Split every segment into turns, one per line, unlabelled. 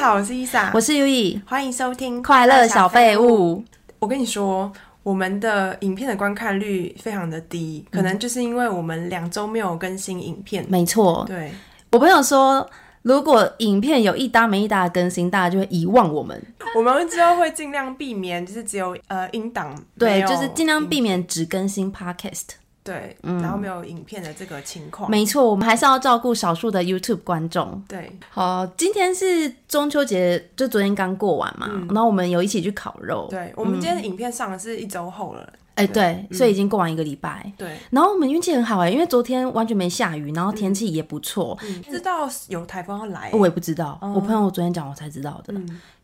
Lisa，
我是 U E，
欢迎收听《
快乐小废物》。
我跟你说，我们的影片的观看率非常的低，可能就是因为我们两周没有更新影片。
嗯没错，
对，
我朋友说，如果影片有一搭没一搭的更新，大家就会遗忘我们。
我们之后会尽量避免，就是只有呃音档，
对，
没有
就是尽量避免只更新 Podcast。
对，然后没有影片的这个情况。
没错，我们还是要照顾少数的 YouTube 观众。
对，
好，今天是中秋节，就昨天刚过完嘛，然后我们有一起去烤肉。
嗯对，我们今天的嗯影片上的是一周后了。
哎、对，所以已经过完一个礼拜。
对，
然后我们运气很好哎、因为昨天完全没下雨，然后天气也不错。
嗯知道有台风要来，
我也不知道，
嗯
我朋友昨天讲我才知道的。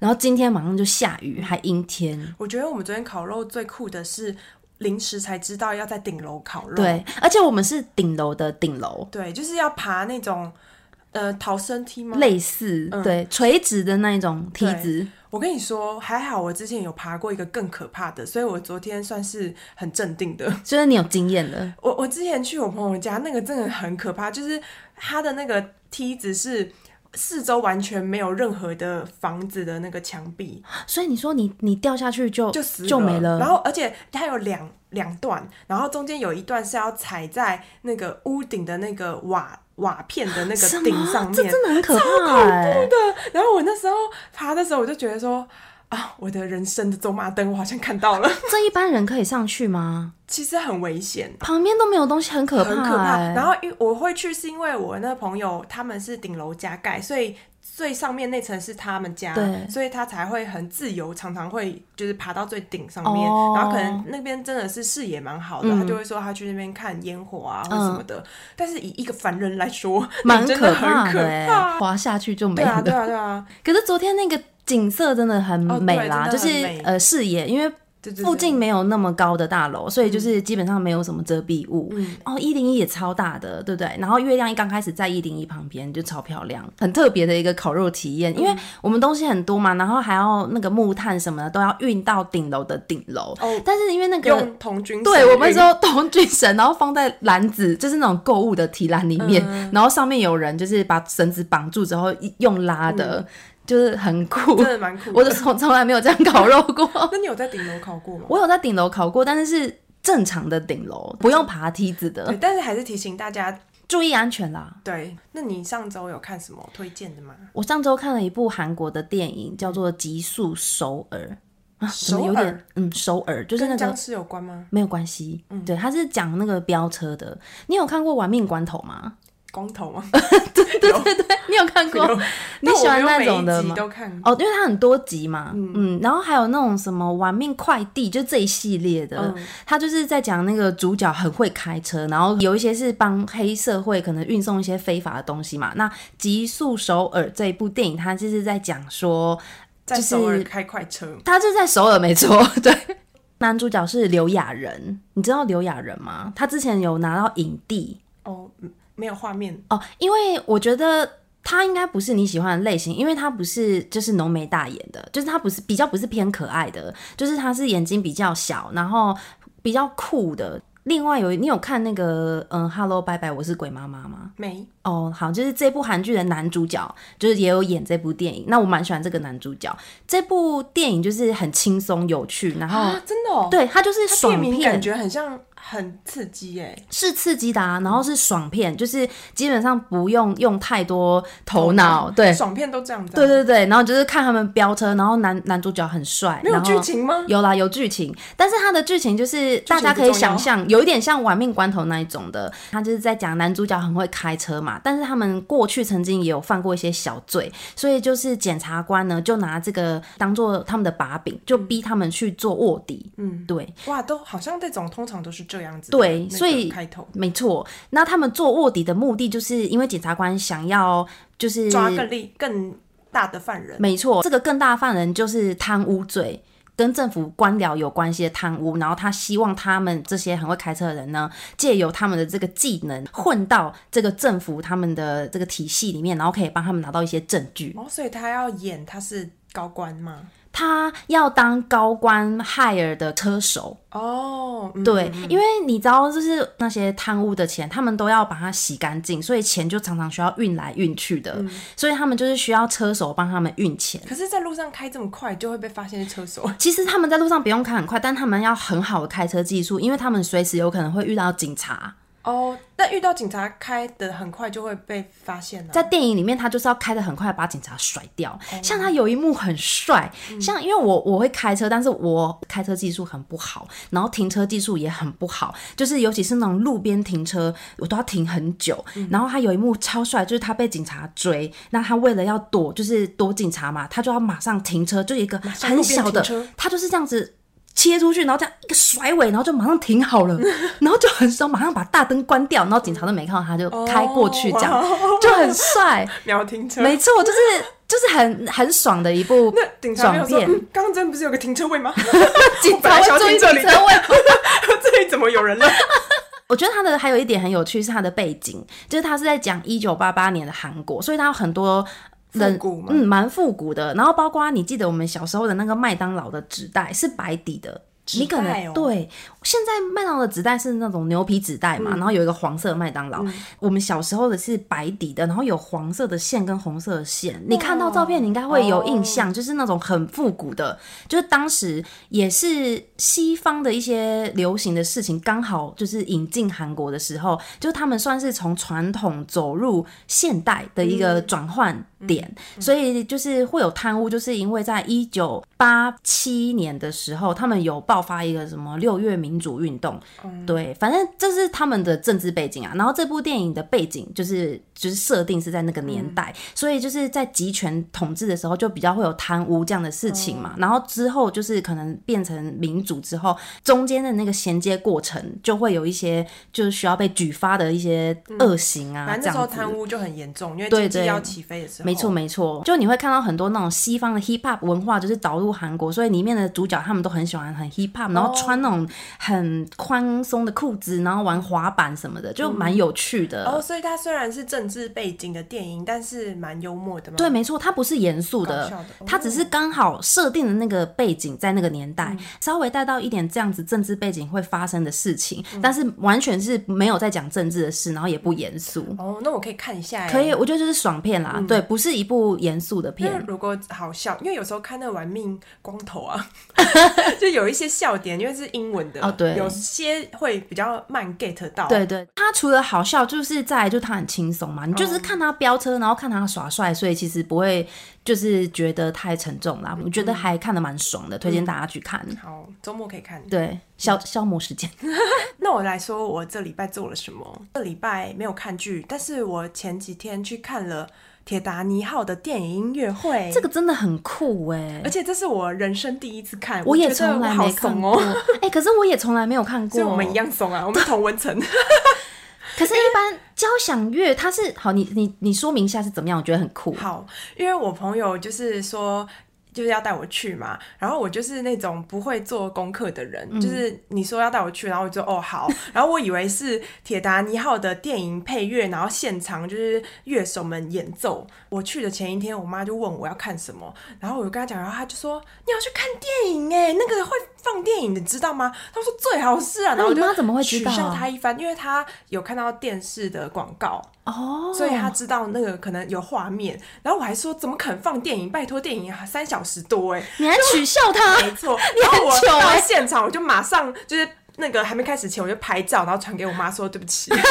然后今天马上就下雨，还阴天。
我觉得我们昨天烤肉最酷的是临时才知道要在顶楼烤肉。
对，而且我们是顶楼的顶楼，
对，就是要爬那种呃逃生梯吗？
类似、
嗯
对垂直的那一种梯子。
我跟你说，还好我之前有爬过一个更可怕的，所以我昨天算是很镇定的。
就是你有经验的，
我我之前去我朋友家，那个真的很可怕，就是他的那个梯子是四周完全没有任何的房子的那个墙壁，
所以你说你你掉下去就
就死
就没
然
了。
后而且它有两两段，然后中间有一段是要踩在那个屋顶的那个瓦瓦片的那个
什么
顶上
这
面，
真的很可怕、欸，
然后我那时候爬的时候，我就觉得说啊，我的人生的走马灯，我好像看到了，
欸这一般人可以上去吗？
其实很危险。
旁边都没有东西，很可怕、欸，
很可怕。然后因为我会去，是因为我那个朋友他们是顶楼加盖，所以最上面那层是他们家
对，
所以他才会很自由，常常会就是爬到最顶上面。
哦嗯
然后可能那边真的是视野蛮好的，他就会说他去那边看烟火啊或什么的。但是以一个凡人来说，
蛮
真的很
怕
可
的、欸，
怕。
滑下去就没
对
了。
啊，对啊，对啊，
可是昨天那个景色真的很美啦，
哦
就
对真的很
是
美
呃视野，因为
对嗯对对
附近没有那么高的大楼，所以就是基本上没有什么遮蔽物。
嗯
哦，一零一也超大的，对不对？然后月亮一刚开始在一零一旁边就超漂亮，很特别的一个烤肉体验。
嗯
因为我们东西很多嘛，然后还要那个木炭什么的都要运到顶楼的顶楼。
哦
但是因为那个。
用童军
对
绳
我们
运
说童军绳，然后放在篮子，就是那种购物的提篮里面，
嗯
然后上面有人就是把绳子绑住之后一用拉的，
嗯
就是很酷
真。的蛮酷的。
我就从从来没有这样烤肉过，
那你有在顶楼烤过吗？
我有在顶楼烤过，但是是正常的顶楼，不用爬梯子的
嗯对，，但是还是提醒大家，
注意安全啦。
对，那你上周有看什么推荐的吗？
我上周看了一部韩国的电影，叫做《极速首尔》啊，怎么有
首
点
尔
嗯，首尔就是
跟
那
嗯
个
僵尸有关 吗？
没有关系，对，它是讲那个飙车的。你有看过《玩命关头》 吗？
光头吗？
你有看过？ 你
但我
喜欢
没有
那
每
种
一
的
集
吗？
都看。
哦，因为它很多集嘛，嗯然后还有那种什么《玩命快递》，就这一系列
嗯
的，它就是在讲那个主角很会开车，然后有一些是帮黑社会可能运送一些非法的东西嘛。那《极速首尔》这一部电影，它就是在讲说，
在
就是
首尔开快车，
它就是在首尔没错， 对。男主角是刘亚仁，你知道刘亚仁吗？他之前有拿到影帝，
哦，嗯没有画面，
哦，因为我觉得他应该不是你喜欢的类型，因为他不是就是浓眉大眼的，就是他不是比较不是偏可爱的，就是他是眼睛比较小，然后比较酷的。另外有你有看那个嗯，Hello 拜拜，我是鬼妈妈吗？
没。
哦，好，就是这部韩剧的男主角，就是也有演这部电影。那我蛮喜欢这个男主角。这部电影就是很轻松有趣，然后、
啊，真的哦。
对他就是
它
爽
片名
片
感，觉很像很刺激耶，
是刺激的啊，然后是爽片，就是基本上不用用太多头脑，对
爽片都这样子啊。
对对对，然后就是看他们飙车，然后男男主角很帅，
没有
然后
剧情吗？
有啦，有剧情，但是它的剧情就是大家可以想象，有一点像《玩命关头》那一种的。他就是在讲男主角很会开车嘛，但是他们过去曾经也有犯过一些小罪，所以就是检察官呢就拿这个当做他们的把柄，就逼他们去做卧底。嗯，对，
哇，都好像这种通常都是这样子的。
对
那个
所以
开头
没错。那他们做卧底的目的，就是因为检察官想要就是
抓更厉更大的犯人。
没错，这个更大犯人就是贪污罪。跟政府官僚有关系的贪污，然后他希望他们这些很会开车的人呢，借由他们的这个技能混到这个政府他们的这个体系里面，然后可以帮他们拿到一些证据。
哦，所以他要演他是高官吗？
他要当高官害尔的车手。
哦，嗯
对，因为你知道，就是那些贪污的钱，他们都要把它洗干净，所以钱就常常需要运来运去的，所以他们就是需要车手帮他们运钱。
可是，在路上开这么快，就会被发现是车手。
其实他们在路上不用开很快，但他们要很好的开车技术，因为他们随时有可能会遇到警察。
哦，但遇到警察开的很快就会被发现啊了、
在电影里面，他就是要开的很快，把警察甩掉。
哦
像他有一幕很帅，
嗯
像因为我我会开车，但是我开车技术很不好，然后停车技术也很不好，就是尤其是那种路边停车，我都要停很久。
嗯
然后他有一幕超帅，就是他被警察追，那他为了要躲，就是躲警察嘛，他就要马上停车，就一个
上路
很
边
小的
停车，
他就是这样子。切出去，然后这样一个甩尾，然后就马上停好 了，然后就很爽，马上把大灯关掉，然后警察都没看到他，就开过去，这样、
哦哇
就很帅。
秒停车。
没错，就是就是很很爽的一部
那警察没有
爽
说，
片。
嗯，刚刚真不是有个停车位 吗？
警
本
察
来想要
会注意
停这
停
里的
车位。
这里怎么有人 了？
我觉得他的还有一点很有趣，是他的背景，就是他是在讲一九八八年的韩国，所以他有很多。人
复古吗
嗯，蛮复古的。然后包括你记得我们小时候的那个麦当劳的纸袋是白底的，你可
纸袋哦
能对。现在麦当劳的纸袋是那种牛皮纸袋嘛，
嗯
然后有一个黄色的麦当劳。我们小时候的是白底的，然后有黄色的线跟红色的
哦
线。你看到照片，你应该会有印象，就是那种很复古的，就是当时也是西方的一些流行的事情，刚好就是引进韩国的时候，就是他们算是从传统走入现代的一个转换点，所以就是会有贪污，就是因为在一九八七年的时候，他们有爆发一个什么六月民主运动，
嗯
对，反正这是他们的政治背景啊。然后这部电影的背景就是就是设定是在那个年
嗯
代，所以就是在集权统治的时候就比较会有贪污这样的事情
哦
嘛。然后之后就是可能变成民主之后，中间的那个衔接过程就会有一些就是需要被举发的一些恶行啊，
嗯反正
这
那时候
样子。
贪污就很严重，因为
对
经济
对
要起飞的哦时候，
没错，没错，就你会看到很多那种西方的 hip hop 文化，就是导入韩国，所以里面的主角他们都很喜欢很 hip hop，然后
哦
穿那种很宽松的裤子，然后玩滑板什么的，就蛮有趣的。
哦，所以它虽然是政治背景的电影，但是蛮幽默的嘛。
对，，没错，它不是严肃
搞
的
笑的哦，
它只是刚好设定的那个背景在那个年
嗯
代，稍微带到一点这样子政治背景会发生的事情，
嗯
但是完全是没有在讲政治的事，然后也不严肃。
哦，那我可以看一下耶，欸
可以，我觉得就是爽片
嗯
啦，对，不是一部严肃的
因为
片。
如果好笑，因为有时候看那个玩命光头 啊，就有一些笑点，因为是英文的，
哦对
有些会比较慢 get 到。
对对，它除了好笑，就是在就它很轻松嘛，你就是
嗯
看他飙车，然后看他耍帅，所以其实不会就是觉得太沉重啦。我
嗯
觉得还看得蛮爽的，推荐大家去看。
好，周末可以看。
对，消
嗯
消磨时间。
哎那我来说，我这礼拜做了什么？这礼拜没有看剧，但是我前几天去看了《铁达尼号》的电影音乐会。
这个真的很酷哎、
而且这是我人生第一次看，
我也
觉得
从来
好
没看
怂
过，
哦，
哎、可是我也从来没有看
所
过。
以我们一样怂啊，我们同文层。
可是，一般交响乐它是好，你你你说明一下是怎么样？我觉得很酷。
好，因为我朋友就是说。就是要带我去嘛，然后我就是那种不会做功课的人，
嗯
就是你说要带我去，然后我就哦好， 然后我以为是《铁达尼号》的电影配乐，然后现场就是乐手们演奏。我去的前一天，我妈就问我要看什么，然后我就跟她讲，然后她就说你要去看电影哎，那个会放电影的，你知道吗？她说最好是啊，然后我
你
就
妈怎么会知
取
道
笑
啊
她一番，因为她有看到电视的广告，
哦，
所以他知道那个可能有画面，然后我还说怎么可能放电影？拜托，电影啊三小时多哎、
你还取笑他，
没错。
你
然
很
后我
糗
到
欸
现场，我就马上就是那个还没开始前，我就拍照，然后传给我妈说对不起。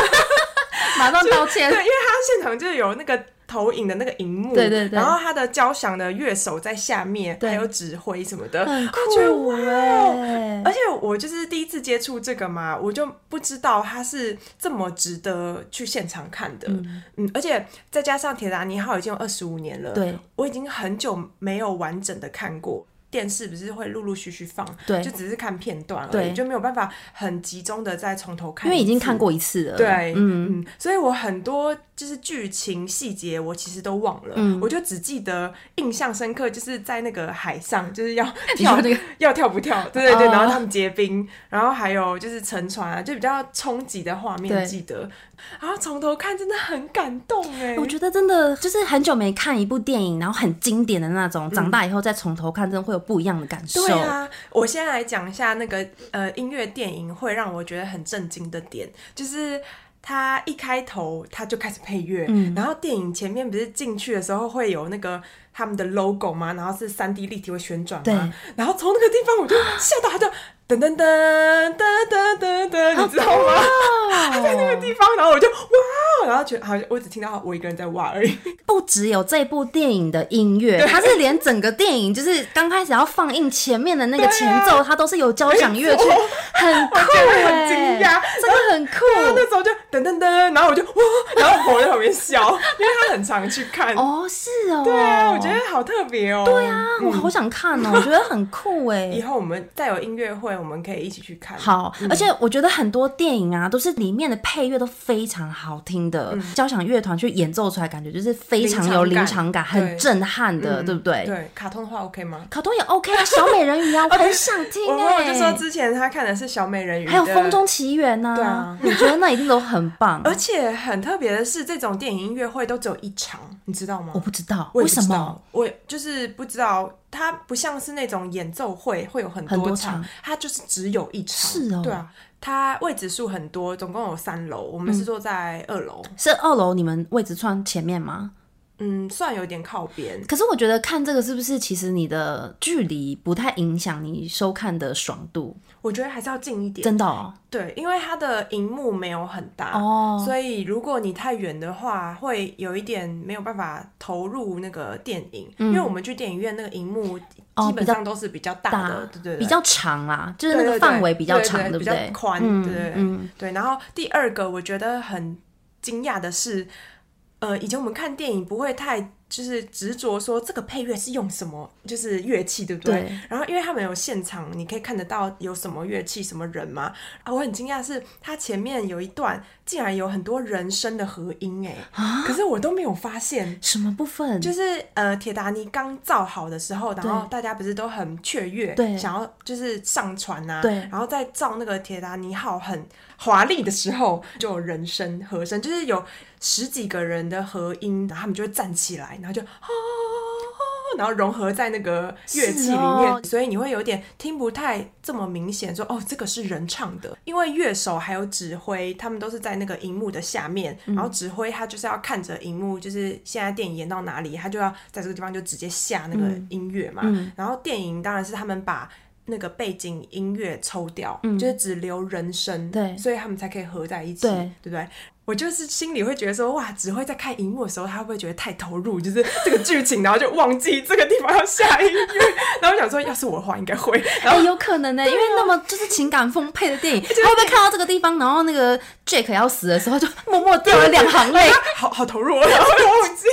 马上道
对，
歉
因。为他现场就有那个投影的那个荧幕，
对对对
然后他的交响的乐手在下面，
对
还有指挥什么的，
很
我觉得
酷欸
哇哦
哎、
而且我就是第一次接触这个嘛，我就不知道它是这么值得去现场看的。嗯而且再加上《铁达尼号》已经有二十五年了，
对，
我已经很久没有完整的看过。电视不是会陆陆续续放，
对
就只是看片段而已，
对
就没有办法很集中的再从头看，
因为已经看。过一次了，
对，
嗯，
嗯嗯，所以我很多就是剧情细节我其实都忘了，
嗯
我就只记得印象深刻，就是在那个海上，就是要
你
跳
说那个
要跳不 跳，对对对，
哦
然后他们结冰，然后还有就是沉船啊，就比较冲击的画
对
面记得，然后从头看真的很感动哎，
我觉得真的就是很久没看一部电影，然后很经典的那种，长大以后再从头看，真的会有不一样的感受。
对啊，我先来讲一下那个呃音乐电影会让我觉得很震惊的点，就是。它一开头它就开始配乐，
嗯
然后电影前面不是进去的时候会有那个他们的 logo 吗？然后是三 D 立体会旋转吗？然后从那个地方我就吓到，他就噔噔噔噔噔噔噔，你知道吗？
哦，
在那个地方，然后我就哇，然后觉得好像我只听到我一个人在哇而已。
不只有这部电影的音乐，它是连整个电影就是刚开始要放映前面的那个
对啊
前奏，它都是有交响乐曲，
觉得
很酷
很
哎、
惊讶
这个很
然后
酷
啊那时候就噔噔噔，然后我就哇， 然后我朋友在旁边笑， 因为他很常去看。
哦，是哦，
对啊，我觉得好特别哦。对啊，
啊，我好想看哦，我觉得很酷哎、
以后我们再有音乐会，我们可以一起去看。，
好，而且我觉得很多电影啊，都是里面的配乐都非常好听的，
嗯
交响乐团去演奏出来，感觉就是非常有临
临
场
场
感，
感
很
对
震撼的，对不
嗯
对？
对，卡通的话 OK 吗？
卡通也 OK 啊，小美人鱼 啊，我很想听
我
哎、
朋友就说之前他看的是小美人鱼，
还有《风中。奇缘》呐、
对啊
我觉得那一定都很棒。
而且很特别的是，这种电影音乐会都只有一场，你知道吗
我？不知道
我也不
为
知
什么
道？我就是不知道，它不像是那种演奏会会有很
很多
场
场，
它就是只有一场。
是哦
对啊，它位置数很多，总共有三楼，我
嗯
们是坐在二楼，
是二楼你们位置算前面吗？
嗯，算有点靠边。
可是我觉得看这个是不是其实你的距离不太影响你收看的爽度？
我觉得还是要近一点，
真的哦，
对，因为它的荧幕没有很大
哦
啊所以如果你太远的话，会有一点没有办法投入那个电影，
嗯
因为我们去电影院那个荧幕
哦
基本上都是比较大的，对对对，
比较长啦，就是那
对
个
对对
范围比较长，
对对
不
比
对
较？宽，
嗯
对对对
嗯
对。然后第二个我觉得很惊讶的是，呃，以前我们看电影不会太就是执着说这个配乐是用什么，就是乐器，对不对？
对
然后因为他们有现场，你可以看得到有什么乐器、什么人嘛。啊，我很惊讶是它前面有一段竟然有很多人声的合音，哎、
啊
可是我都没有发现。
什么部分？
就是是呃，铁达尼刚造好的时候，然后大家不是都很雀跃，
对
想要就是上船啊，
对
然后在造那个铁达尼号很华丽的时候，就有人声和声，就是有十几个人的合音，然后他们就会站起来，然后就 啊。然后融合在那个乐器里面，
是哦
所以你会有点听不太这么明显说，哦，这个是人唱的，因为乐手还有指挥，他们都是在那个荧幕的下面，然后
嗯
指挥他就是要看着荧幕，就是现在电影演到哪里，他就要在这个地方就直接下那个
嗯
音乐嘛。然后电影当然是他们把。那个背景音乐抽掉，就是只留人声，
嗯对
所以他们才可以合在一起，
对
对不对？我就是心里会觉得说，哇，只会在看荧幕的时候，他会不会觉得太投入，就是这个剧情，然后就忘记这个地方要下音乐，然后我想说，要是我的话应该会，然
哎、
后
有可能
啊
呢、因为那么就是情感丰沛的电 影，他会不会看到这个地方，然后那个 Jack 要死的时候，就默默掉了两行泪？
好好投入，哦然后我忘记，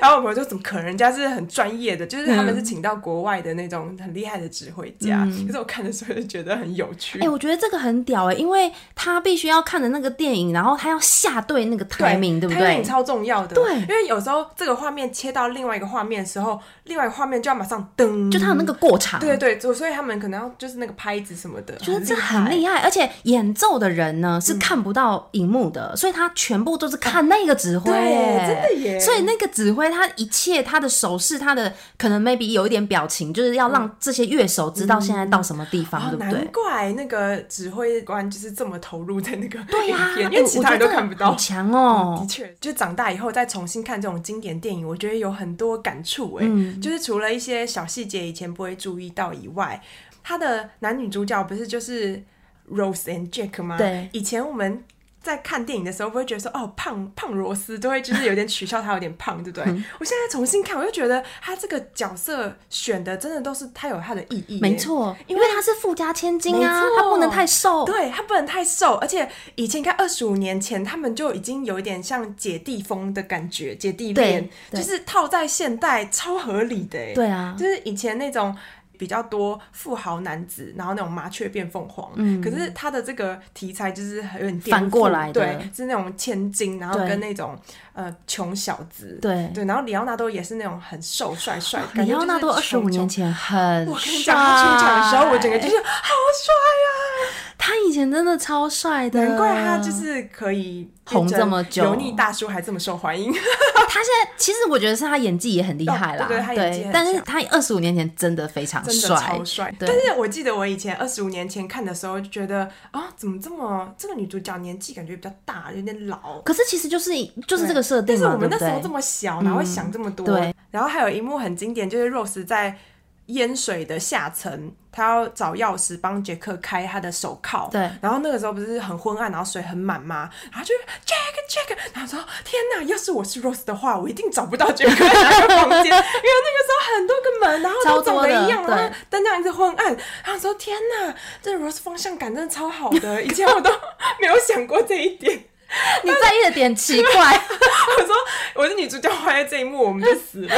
然后我朋友说怎么可能？人家是很专业的，就是他
嗯
们是请到国外的那种很厉害的指挥家。可是我看的时候就觉得很有趣。
哎、我觉得这个很屌哎、因为他必须要看着那个电影，然后他要下对那个 timing，对不对
timing？超重要的，
对
因为有时候这个画面切到另外一个画面的时候，另外一个画面就要马上噔，
就他有那个过场，
对啊对对，所以他们可能要就是那个拍子什么的，
觉得这很厉害，而且演奏的人呢
嗯
是看不到荧幕的，所以他全部都是看那个指挥、
对
哎
真的耶
所以那个指挥他一切他的手势，他的可能 maybe 有一点表情，就是要让这些乐手知道现在到什么地方，
嗯哦，
对不
难
对？
怪那个指挥官就是这么投入在那个
对呀、哎
影片因为其他人都看不到嗯
我觉得这个好。强哦、
的确，就长大以后再重新看这种经典电影，我觉得有很多感触哎、
嗯
就是除了一些小细节以前不会注意到以外，他的男女主角不是就是 Rose and Jack 吗？
对
以前我们。在看电影的时候，不会觉得说哦胖胖罗斯都会就是有点取笑他有点胖，对不对？
嗯
我现在重新看，我就觉得他这个角色选的真的都是他有他的意义、欸
没，错，因为他是富家千金啊
没，错
他不能太瘦。
对他不能太瘦，而且以前应该二十五年前，他们就已经有一点像姐弟风的感觉，姐弟恋
对
就
对
是套在现代超合理的、欸。
对啊
就是以前那种。比较多富豪男子，然后那种麻雀变凤凰。嗯，可是他的这个题材就是很有点颠覆
反过来的
对，是那种千金，然后
对
跟那种呃穷小子。
对，
对，然后里奥纳多也是那种很瘦帅帅，感觉
里
就
奥
是
纳多二十五
穷
年
穷
前很
我跟你
帅，
讲，他出场的时候，我整个就是好
他以前真的超帅的，
帅，难怪他就是可以变
嗯红这
成
么久
油腻大叔还这么受欢 迎。
哦他现在其实我觉得是他演技也很厉害啦，
哦对对他演技很
但是他二十五年前真的非常
真的
帅
超，帅。
对
但是我记得我以前二十五年前看的时候，就觉得啊，怎么这么这个女主角年纪感觉比较大，有点老。
可是其实就是就是这个设
但
定
是
嘛，
我们那
对不
时候
对
这么小，哪会想这么多？
对。
然后还有一幕很经典，就是 Rose 在淹水的下层，她要找钥匙帮杰克开他的手铐。
对
然后那个时候不是很昏暗，然后水很满嘛，然后就 Jack Jack，然后说天哪，要是我是 Rose 的话，我一定找不到 Jack 的那个房间，因为那个时候很多个门，然后
超
都
多
长
的
得一样，然后
对
灯这样一直昏暗，然后说天哪，这 Rose 方向感真的超好 的，以前我都没有想过这一点。
你在意的点奇怪，
我说 我是女主角，坏在这一幕我们就死 了。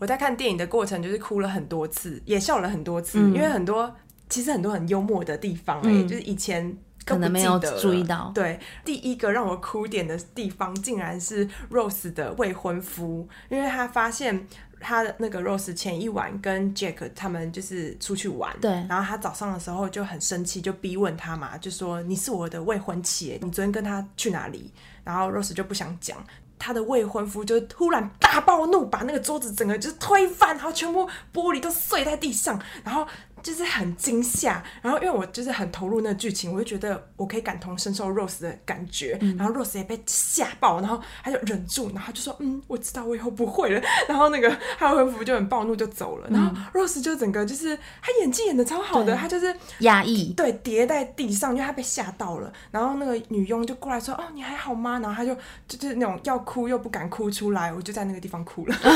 我在看电影的过程就是哭了很多次，也笑了很多次，
嗯
因为很多其实很多很幽默的地方、哎、就是以前。
可能没有注意到
对，第一个让我哭点的地方，竟然是 Rose 的未婚夫，因为他发现他的那个 Rose 前一晚跟 Jack 他们就是出去玩，
对
然后他早上的时候就很生气，就逼问他嘛，就说你是我的未婚妻耶，你昨天跟他去哪里？然后 Rose 就不想讲。她的未婚夫就突然大暴怒，把那个桌子整个就是推翻，然后全部玻璃都碎在地上，然后就是很惊吓。然后因为我就是很投入那个剧情，我就觉得我可以感同身受 Rose 的感觉。然后 Rose 也被吓爆，然后他就忍住，然后她就说：“嗯，我知道，我以后不会了。”然后那个她未婚夫就很暴怒就走了。然后 Rose 就整个就是她演技演的超好的，
对
她就是
压抑，
对，跌在地上，因为他被吓到了。然后那个女佣就过来说：“哦，你还好吗？”然后他就就就是那种要哭又不敢哭出来，我就在那个地方 哭了。因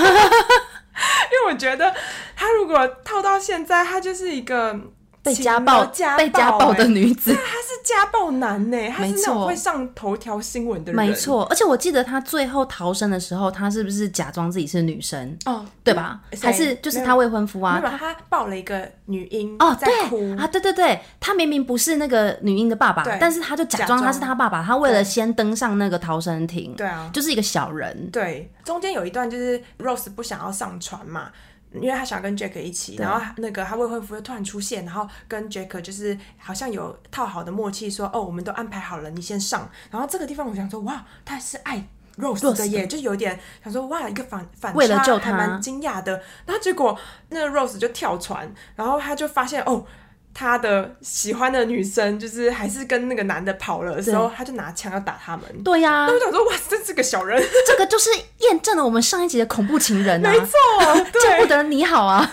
为我觉得他如果套到现在，他就是一个
被
勤
家
劳
暴
家
被家
暴
暴的
欸
女 子
对，他是家暴男呢、他是那
没错
种会上头条新闻的人，
没。错。而且我记得他最后逃生的时候，他是不是假装自己是女生，
哦，
对吧？
谁
还是就是
没有
他未婚夫啊
没？有，他抱了一个女婴
哦，
在哭
对啊，对对对，他明明不是那个女婴的爸爸
对，
但是他就假
假
装他
装
是他爸爸，他为了先登上那个逃生艇，
对啊，
就是一个小人，
对，中间有一段就是 Rose 不想要上船嘛，因为她想跟 Jack 一起，然后那个她未婚夫又突然出现，然后跟 Jack 就是好像有套好的默契说，哦，我们都安排好了，你先上。然后这个地方我想说，哇，他是爱 Rose 的
Rose
耶，就有点想说，哇，一个反反
为了
差
救
还
他
蛮惊讶的。然后结果那 Rose 就跳船，然后他就发现哦。他的喜欢的女生就是还是跟那个男的跑了的时候，他就拿枪要打他们。
对呀、
我想说，哇，这是个小人，
这个就是验证了我们上一集的恐怖情人啊，
没错，
见不
对，
得你好啊，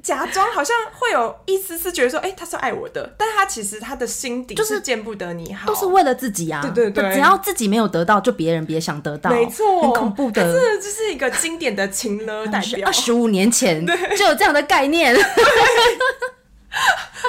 假装好像会有一丝丝觉得说，哎、他是爱我的，但他其实他的心底
就是
是见不得你好，
都是为了自己啊，
哦对对对
只要自己没有得到，就别人别想得到，
没错，
很恐怖
他
的。啊
这就是一个经典的情勒代 表
二，十五年前就有这样的概 念，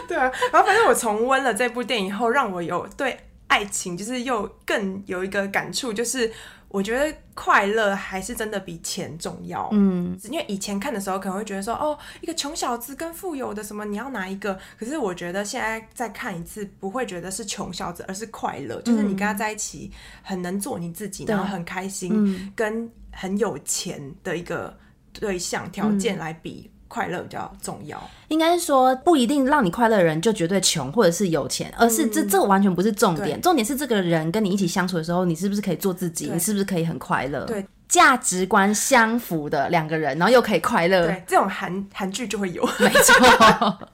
对啊。然后反正我重温了这部电影后，让我有对爱情就是又更有一个感触，就是我觉得快乐还是真的比钱重要，
嗯，
因为以前看的时候可能会觉得说，哦，一个穷小子跟富有的什么，你要哪一个？可是我觉得现在再看一次，不会觉得是穷小子，而是快乐，就是你跟他在一起很能做你自己，
对
然后很开心，跟很有钱的一个对象条件来比，快乐比较重要。
应该是说不一定让你快乐的人就绝对穷或者是有钱，而是
嗯
这这完全不是重点，重点是这个人跟你一起相处的时候，你是不是可以做自己，
对
你是不是可以很快乐？
对，
价值观相符的两个人，然后又可以快乐，
对，这种韩韩剧就会有
没错。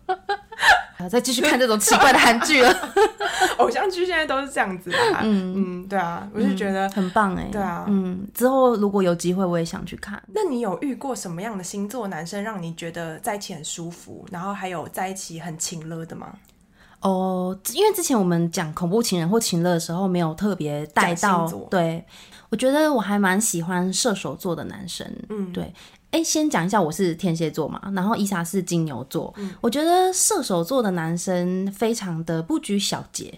好再继续看这种奇怪的韩剧了，
偶像剧，现在都是这样子啦。嗯 对啊，我就觉得。
很棒哎、
对啊
嗯，之后如果有机会，我也想去看。
那你有遇过什么样的星座男生让你觉得在一起很舒服，然后还有在一起很情勒的吗？
哦，因为之前我们讲恐怖情人或情乐的时候，没有特别带
讲
到
星座。
对，我觉得我还蛮喜欢射手座的男生。
嗯
对。哎，先讲一下，我是天蝎座嘛，然后伊莎是金牛座。
嗯
我觉得射手座的男生非常的不拘小节，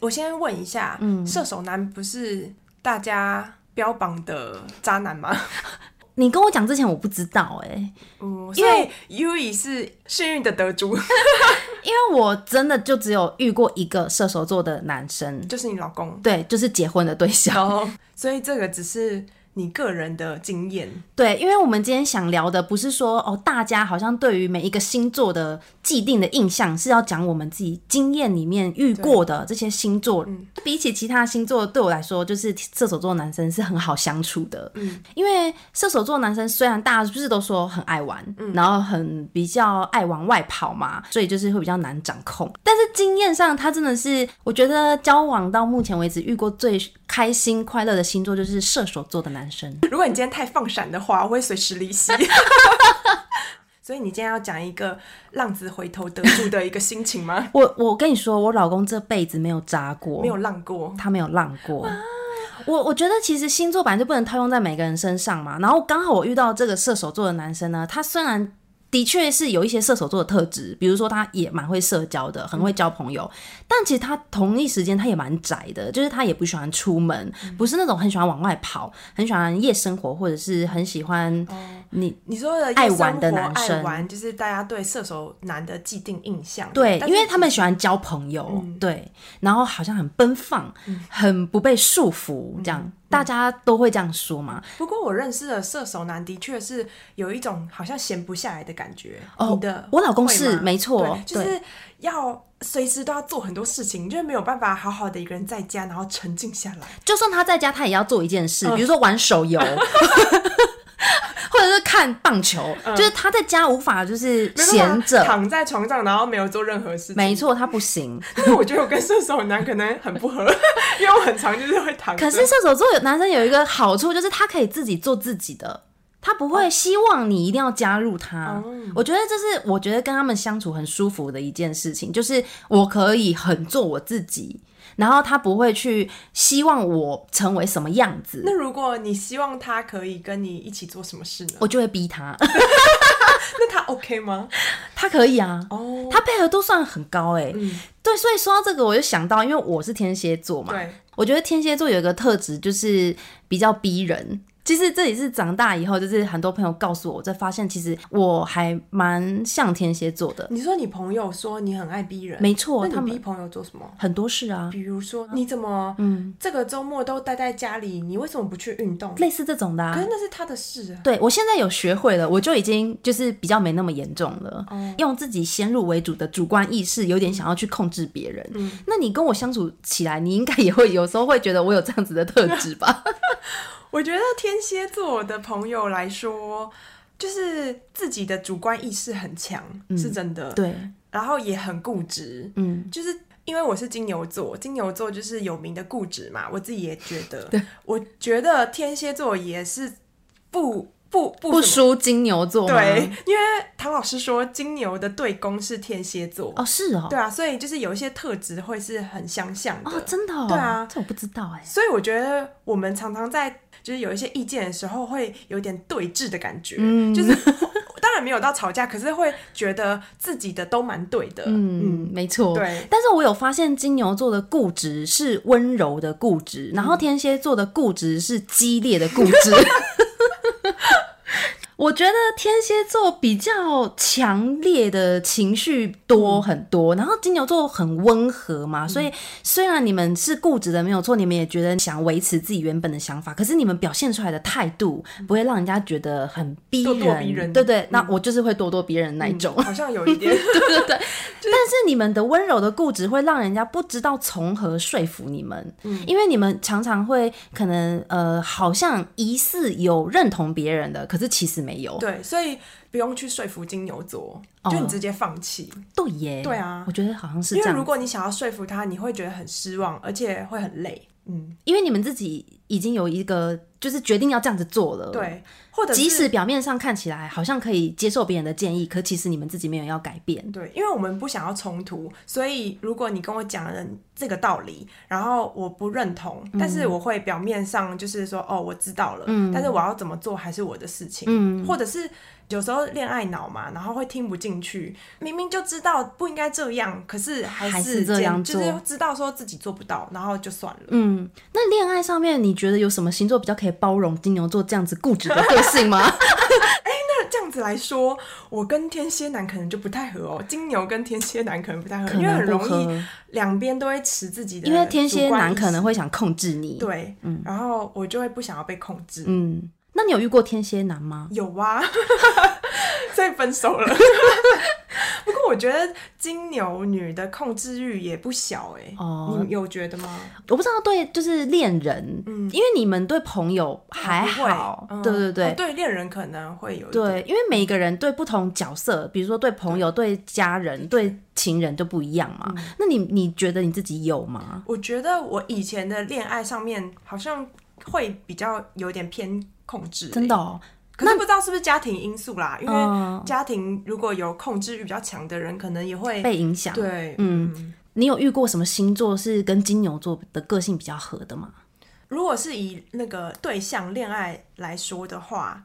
我先问一下，
嗯
射手男不是大家标榜的渣男吗？
你跟我讲之前我不知道哎、
嗯，
因
所
为
以 U E 是幸运的得主，
因为我真的就只有遇过一个射手座的男生，
就是你老公。
对，就是结婚的对象。
然后，所以这个只是你个人的经验，
对，因为我们今天想聊的不是说哦，大家好像对于每一个星座的既定的印象，是要讲我们自己经验里面遇过的这些星座。比起其他星座，对我来说，就是射手座男生是很好相处的。嗯，因为射手座男生虽然大家不是都说很爱玩，然后很比较爱往外跑嘛，所以就是会比较难掌控。但是经验上，他真的是我觉得交往到目前为止遇过最开心快乐的星座就是射手座的男生。
如果你今天太放闪的话，我会随时离席。 所以你今天要讲一个浪子回头得住的一个心情 吗？
我我跟你说，我老公这辈子没有渣过，
没有啊浪过，
他没有浪过。我我觉得其实星座本来就不能套用在每个人身上嘛。然后刚好我遇到这个射手座的男生呢，他虽然的确是有一些射手座的特质，比如说他也蛮会社交
嗯
的，很会交朋友，但其实他同一时间他也蛮宅的，就是他也不喜欢出门，
嗯
不是那种很喜欢往外跑，很喜欢夜生活，或者是很喜欢你
你说的
爱玩的
夜生活
男生
爱玩就是大家对射手男的既定印象。
对，
但
因
是嗯
为他们喜欢交朋友，对，然后好像很奔放，很不被束缚，这样、
嗯
大家都会这样说嘛。
不过我认识的射手男的确是有一种好像闲不下来的感觉。
哦
你的
我老公
会
是
吗
没错
对就
对
是要随时都要做很多事情，就是没有办法好好的一个人在家，然后沉静下来。
就算他在家，他也要做一件
嗯
事，比如说玩 手游。或者是看棒球，就是他在家无法就是
嗯没办法
闲着，
躺在床上，然后没有做任何事情。
没错，他不行。
因为 我觉得我跟射手男可能很不合， 因为我很常就是会躺着。
可是射手座有男生有一个好处，就是他可以自己做自己的，他不会希望你一定要加入他。我觉得这是我觉得跟他们相处很舒服的一件事情，就是我可以很做我自己，然后他不会去希望我成为什么样子
那，如果你希望他可以跟你一起做什么事呢？
我就会逼他。
那他 OK 吗？
他可以啊，
哦，
他配合度算很高哎、
嗯
对，所以说到这个，我就想到，因为我是天蝎座嘛，
对，
我觉得天蝎座有一个特质就是比较逼人。其实这也是长大以后，就是很多朋友告诉我，我才发现其实我还蛮像天蝎座的。
你说你朋友说你很爱逼人，
没错，
那
他
你逼
们
朋友做什么？
很多事啊，
比如说你怎么，嗯，这个周末都待在家里，你为什么不去运动？可
类似这种的、啊
是。那是他的事啊。
对我现在有学会了，我就已经就是比较没那么严重了。用自己先入为主的主观意识，有点想要去控制别人。那你跟我相处起来，你应该也会有时候会觉得我有这样子的特质吧？
我觉得天蝎座的朋友来说，就是自己的主观意识很强，是真的。
对，
然后也很固执，
嗯，
就是因为我是金牛座，金牛座就是有名的固执嘛，我自己也觉 得，我觉得天蝎座也是不不不
不
什么
输金牛座吗？
对，因为唐老师说金牛的对宫是天蝎座，
哦，是哦，
对啊，所以就是有一些特质会是很相像的，
哦，真的、哦，
对啊
这我不知道哎、
所以我觉得我们常常在就是有一些意见的时候，会有点对峙的感觉，
嗯
就是 当然没有到吵架，可是会觉得自己的都蛮对的，
嗯，没错，
对。
但是我有发现金牛座的固执是温柔的固执，然后天蝎座的固执是激烈的固执。 我觉得天蝎座比较强烈的情绪多很多，然后金牛座很温和嘛，所以虽然你们是固执的没有错，你们也觉得想维持自己原本的想法，可是你们表现出来的态度不会让人家觉得很嗯逼人，嗯
咄咄逼人
对对，那我就是会咄咄逼人的那一种。
好像有一 点，
但是你们的温柔的固执会让人家不知道从何说服你们，
嗯
因为你们常常会可能呃，好像疑似有认同别人的，可是其实没有。
对，所以不用去说服金牛座，就你直接放弃，
对耶，
对啊
我觉得好像哦是
因
这
为
样，
如果你想要说服他，你会觉得很失望，而且会很累。嗯，
因为你们自己已经有一个就是决定要这样子做了，。
对，或者
即
是
使表面上看起来好像可以接受别人的建议，可其实你们自己没有要改变。
对，因为我们不想要冲突，所以如果你跟我讲了这个道理，然后我不认同，但
嗯
是我会表面上就是说哦，我知道了，但是我要怎么做还是我的事情，
嗯
或者是有时候恋爱脑嘛，然后会听不进去，明明就知道不应该这样，可是还
还
是
是这
坚
样
就是
做
知道说自己做不到，然后就算了。
嗯，那恋爱上面你你觉得有什么星座比较可以包容金牛座这样子固执的个性吗？
这样子来说，我跟天蝎男可能就不太合哦。金牛跟天蝎男可能不太合，
可
因为很
能不
容易
合，
两边都会持自己的主
因
观意识，
为天蝎男可能会想控制你。，
对，
嗯
然后我就会不想要被控制。
嗯，那你有遇过天蝎男吗？
有啊， 所以分手 了。不过我觉得金牛女的控制欲也不小哎、
哦
你有觉得吗？
我不知道对，就是恋人，
嗯
因为你们对朋友还好，
不会嗯
对对对。
哦对恋人可能会有一点
对，因为每一个人对不同角色，比如说对朋友、对家人、对情人都不一样嘛。
嗯
那你你觉得你自己有吗？
我觉得我以前的恋爱上面好像会比较有点偏控制、欸
真的、，哦，
可是不知道是不是家庭因素啦，因为
嗯，
家庭如果有控制欲比较强的人，可能也会
被影响。
对，
嗯。你有遇过什么星座是跟金牛座的个性比较合的吗？
如果是以那个对象恋爱来说的话，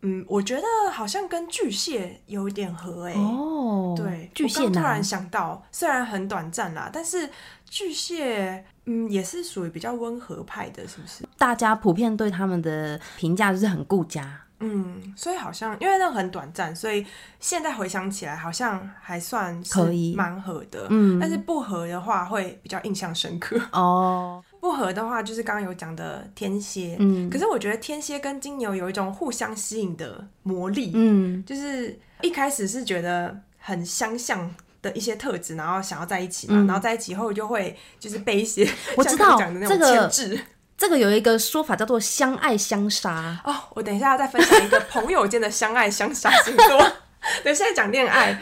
嗯，我觉得好像跟巨蟹有点合诶、欸
哦，
哎对，
巨蟹
我刚突然
男，
想到，虽然很短暂啦，但是巨蟹，嗯，也是属于比较温和派的，是不是？
大家普遍对他们的评价就是很顾家。
嗯，所以好像因为那很短暂，所以现在回想起来，好像还算是
可以
蛮合的。
嗯
但是不合的话会比较印象深刻。
哦，
不合的话就是刚刚有讲的天蝎，
嗯
可是我觉得天蝎跟金牛有一种互相吸引的魔力，
嗯，
就是一开始是觉得很相像。的一些特质，然后想要在一起嘛，
嗯
然后在一起后就会就是被一些
我
像
知
刚刚
道
讲的那
这
种
个
牵制、
这个有一个说法叫做相爱相杀。
哦，我等一下要再分享一个朋友间的相爱相杀星座。 对，现在讲恋爱，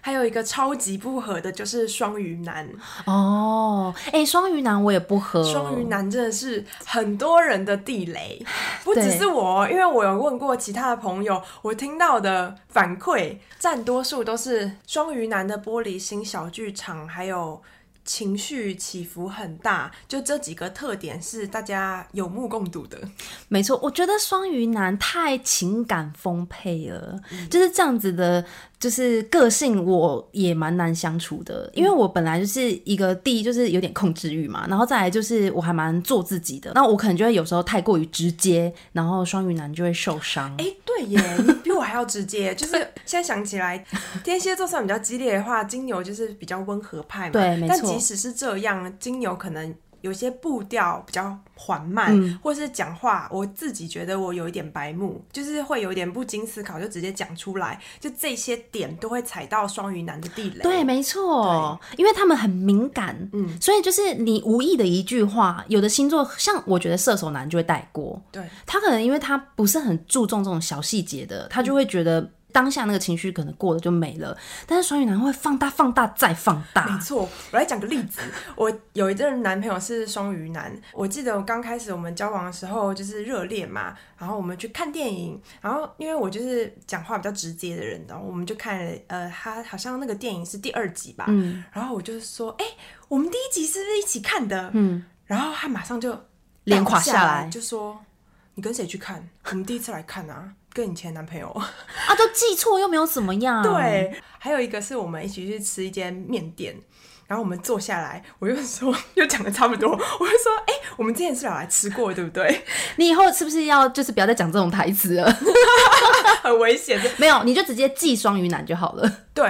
还有一个超级不合的就是双鱼男。
哦，哎、双鱼男我也不合。
双鱼男真的是很多人的地雷，不只
对
是我，哦因为我有问过其他的朋友，我听到的反馈占多数都是双鱼男的玻璃心小剧场，还有。情绪起伏很大，就这几个特点是大家有目共睹的。
没错，我觉得双鱼男太情感丰沛了，就是这样子的，就是个性我也蛮难相处的，因为我本来就是一个第一就是有点控制欲嘛，然后再来就是我还蛮做自己的，那我可能就会有时候太过于直接，然后双鱼男就会受伤。
哎、对耶，你比我还要直接。就是现在想起来，天蝎座算比较激烈的话，金牛就是比较温和派嘛。
对没
但
错
即使是这样，金牛可能有些步调比较缓慢，
嗯
或是讲话，我自己觉得我有一点白目，就是会有点不经思考就直接讲出来，就这些点都会踩到双鱼男的地雷。
对，没错，因为他们很敏感，
嗯
所以就是你无意的一句话，有的星座像我觉得射手男就会带过，
对，
他可能因为他不是很注重这种小细节的，他就会觉得当下那个情绪可能过了就没了。但是双鱼男会放大、放大再放
没
大，
错，我来讲个例子。我有一任男朋友是双鱼男，我记得我刚开始我们交往的时候就是热恋嘛，然后我们去看电影，然后因为我就是讲话比较直接的人，然后我们就看了，呃，他好像那个电影是第二集吧，
嗯
然后我就说，哎、我们第一集是不是一起看的？
嗯，
然后他马上就
脸垮
下
下
来，
来
就说你跟谁去看？我们第一次来看啊，跟你前男朋友。
啊，都记错又没有怎么样，，
对，还有一个是我们一起去吃一间面店，然后我们坐下来，我又说 又讲的差不多，我就说，哎、我们之前是有来吃过，对不 对？
你以后是不是要就是不要再讲这种台词了？
很危险的，
没有，你就直接记双鱼男就好了。
对，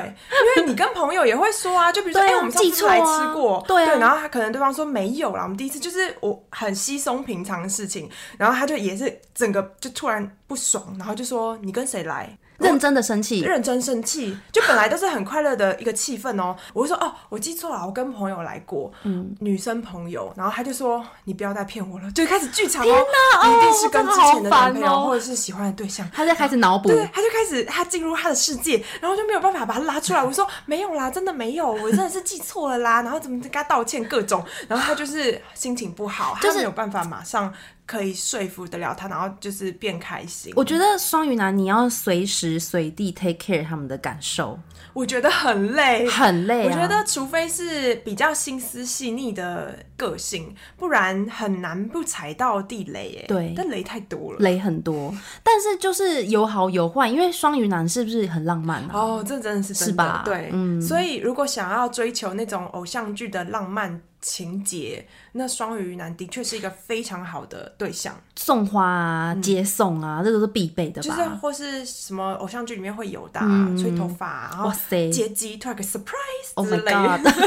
因为你跟朋友也会说啊，就比如说，哎、
对啊
我们上次
记
是
错
不是来
啊
吃过，
对啊
然后他可能对方说没有啦，我们第一次就是我很稀松平常的事情，然后他就也是整个就突然不爽，然后就说你跟谁来？
认真的生气，
认真生气，就本来都是很快乐的一个气氛哦。我就说哦，我记错了，我跟朋友来过，
嗯
女生朋友，然后他就说你不要再骗我了，就开始剧场哦，你一定是跟之前的男朋
真的
友、
好烦哦
或者是喜欢的对象。
他在开始脑补。
对，他就开始他进入他的世界，然后就没有办法把他拉出来。我说没有啦，真的没有，我真的是记错了啦。然 后怎么跟他道歉各种，然后他就是心情不好，
就是
他没有办法马上可以说服得了他，然后就是变开心。
我觉得双鱼男你要随时随地 take care 他们的感受，
我觉得很累，
很累啊。
我觉得，除非是比较心思细腻的个性，不然很难不踩到地雷耶。
对
但雷太多了。
雷很多，但是就是有好有坏，因为双鱼男是不是很浪漫
哦
啊？
哦，这真的是真的
是吧
对，
嗯
所以如果想要追求那种偶像剧的浪漫情节，那双鱼男的确是一个非常好的对象，
送花啊、接送啊，这个是必备的
嗯就是
吧？
或是什么偶像剧里面会有的、啊
嗯
吹头发啊，然后
哇塞
接机突然个 surprise
Oh
之
my
类的。
god！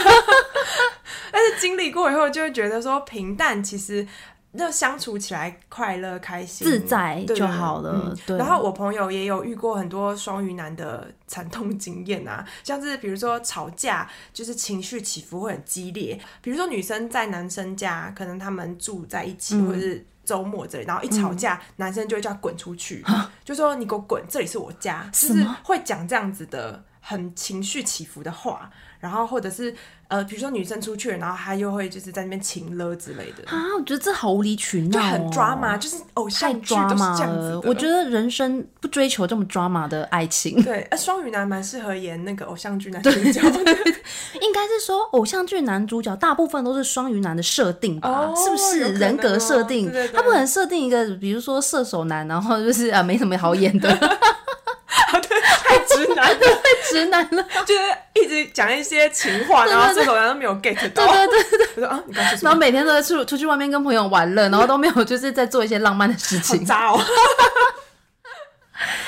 但是经历过以后，就会觉得说平淡其实。那相处起来快乐开心
自在
对
就好了
嗯
对
然后我朋友也有遇过很多双鱼男的惨痛经验啊，像是比如说吵架，就是情绪起伏会很激烈。比如说女生在男生家，可能他们住在一起，
嗯
或者是周末这里，然后一吵架，男生就会叫他滚出去，
啊
就说你给我滚，这里是我家，就是会讲这样子的很情绪起伏的话。然后或者是呃，比如说女生出去了，然后她又会就是在那边情勒之类的，
啊，我觉得这好无理取闹、
就
哦，
很抓马，就是偶
太
像剧
抓
都是
马
这样子
了
的。。
我觉得人生不追求这么抓马的爱情，
对，呃，双鱼男蛮适合演那个偶像剧男主角的，
应该是说偶像剧男主角大部分都是双鱼男的设定吧？
哦
是不
有
是
可能
人格设定？
哦对对对
他不可能设定一个，比如说射手男，然后就是啊没什么好演的
太直男了，
直男了。
就是一直讲一些情话，然后这种人都没有 get 到。
对对
对对，我说啊，你刚 说什
然
么？
后每天都在出出去外面跟朋友玩乐，然后都没有就是在做一些浪漫的事
好
情。
渣哦！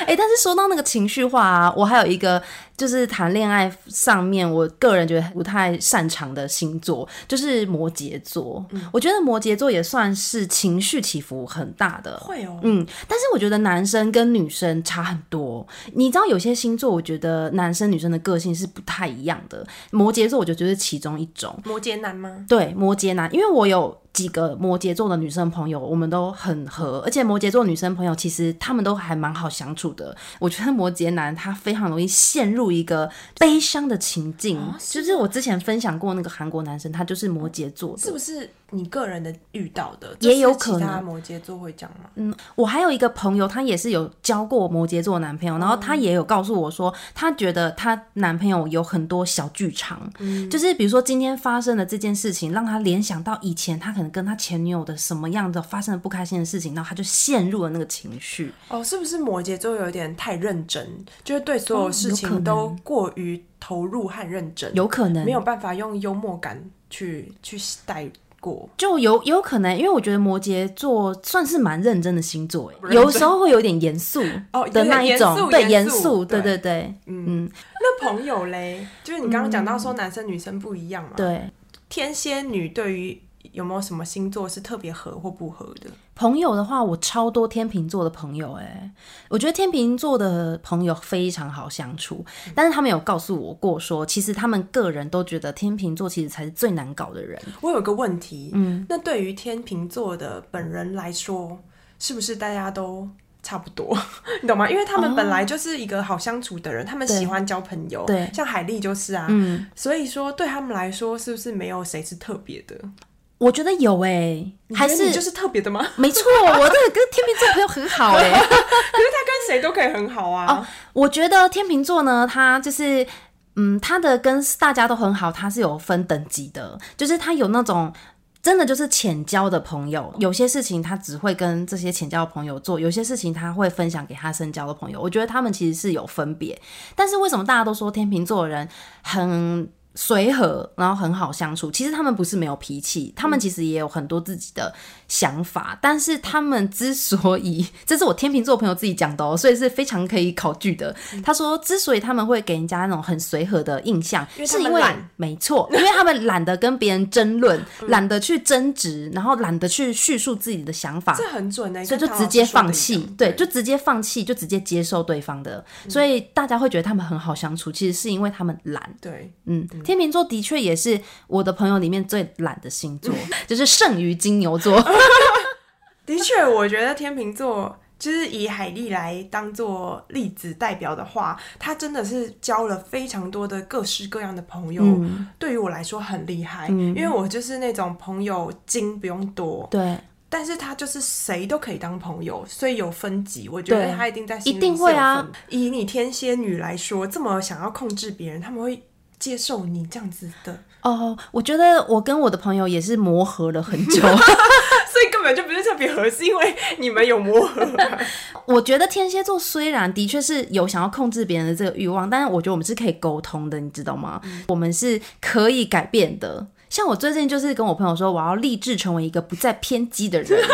哎、但是说到那个情绪化啊，我还有一个就是谈恋爱上面，我个人觉得不太擅长的星座就是摩羯座。我觉得摩羯座也算是情绪起伏很大的，
会哦，
嗯，但是我觉得男生跟女生差很多。你知道有些星座，我觉得男生女生的个性是不太一样的。摩羯座，我觉得就是其中一种。
摩羯男吗？
对，摩羯男，因为我有几个摩羯座的女生朋友，我们都很合，而且摩羯座女生朋友其实她们都还蛮好相处的。我觉得摩羯男他非常容易陷入一个悲伤的情境，
是
就是我之前分享过那个韩国男生，他就是摩羯座的
是。不是你个人的遇到的？
也
这
有
是
可
其他
能嗯
摩羯座会讲吗？
我还有一个朋友，她也是有交过摩羯座的男朋
哦
友，然后她也有告诉我说，她觉得她男朋友有很多小剧场，
嗯
就是比如说今天发生的这件事情，让她联想到以前她可能跟她前女友的什么样的发生了不开心的事情，然后她就陷入了那个情绪。
哦，是不是摩羯座有点太认真，就是对所
哦
有事
有可
情
能
都过于投入和认真，
有可能
嗯没有办法用幽默感去去带过。
就有有可能，因为我觉得摩羯座算是蛮认真的星座，
认真
诶，有时候会有点严肃
哦有
的
点
那一
严
种，
肃
对
严
严
肃
肃，对
对
对对，嗯，
那朋友嘞，就是你刚刚讲到说男生女生不一样嘛，
对。
天蝎女对于有没有什么星座是特别合或不合的？
朋友的话，我超多天秤座的朋友哎、我觉得天秤座的朋友非常好相处，
嗯
但是他们有告诉我过说，其实他们个人都觉得天秤座其实才是最难搞的人。
我有个问题，嗯，那对于天秤座的本人来说，是不是大家都差不多？ 你懂吗？因为他们本来就是一个好相处的人，他们
对
喜欢交朋友，
哦对
像海莉就是啊，
嗯，
所以说对他们来说，是不是没有谁是特别的？
我觉得有哎、
你觉
还
得
是
你就是特别的吗？
没错，我这个跟天秤座朋友很好哎、
可是他跟谁都可以很好
哦
啊，
我觉得天秤座呢，他就是。嗯，他的跟大家都很好，他是有分等级的，就是他有那种真的就是浅交的朋友，有些事情他只会跟这些浅交的朋友做，有些事情他会分享给他深交的朋友。我觉得他们其实是有分别，但是为什么大家都说天秤座的人很随和，然后很好相处？其实他们不是没有脾气，他们其实也有很多自己的想法，但是他们之所以， 这是我天秤座朋友自己讲的哦，所以是非常可以考据的。他说，之所以他们会给人家那种很随和的印象，
因为他
是
们
因为
懒
没错，因为他们懒得跟别人争论，懒得去争执，然后懒得去叙述自己的想法，
这很准呢、欸，
所以就
跟唐
直
老师
接
说的
放
一
弃
样，
对，就直接放弃，就直接接受对方的，所以大家会觉得他们很好相处，其实是因为他们懒。
对。
嗯，天秤座的确也是我的朋友里面最懒的星座， 就是胜于金牛座。
的确，我觉得天秤座就是以海莉来当做例子代表的话，她真的是交了非常多的各式各样的朋友。
嗯
对于我来说很厉害，因为我就是那种朋友精不用多，
对，
但是她就是谁都可以当朋友，所以有分级。我觉
对
得她一定在心里
一定会啊
是有分。以你天蝎女来说，这么想要控制别人，他们会接受你这样子的，
哦，我觉得我跟我的朋友也是磨合了很久。
所以根本就不是特别合适，因为你们有磨合啊、
我觉得天蝎座虽然的确是有想要控制别人的这个欲望，但是我觉得我们是可以沟通的，你知道吗？我们是可以改变的。像我最近就是跟我朋友说，我要立志成为一个不再偏激的人。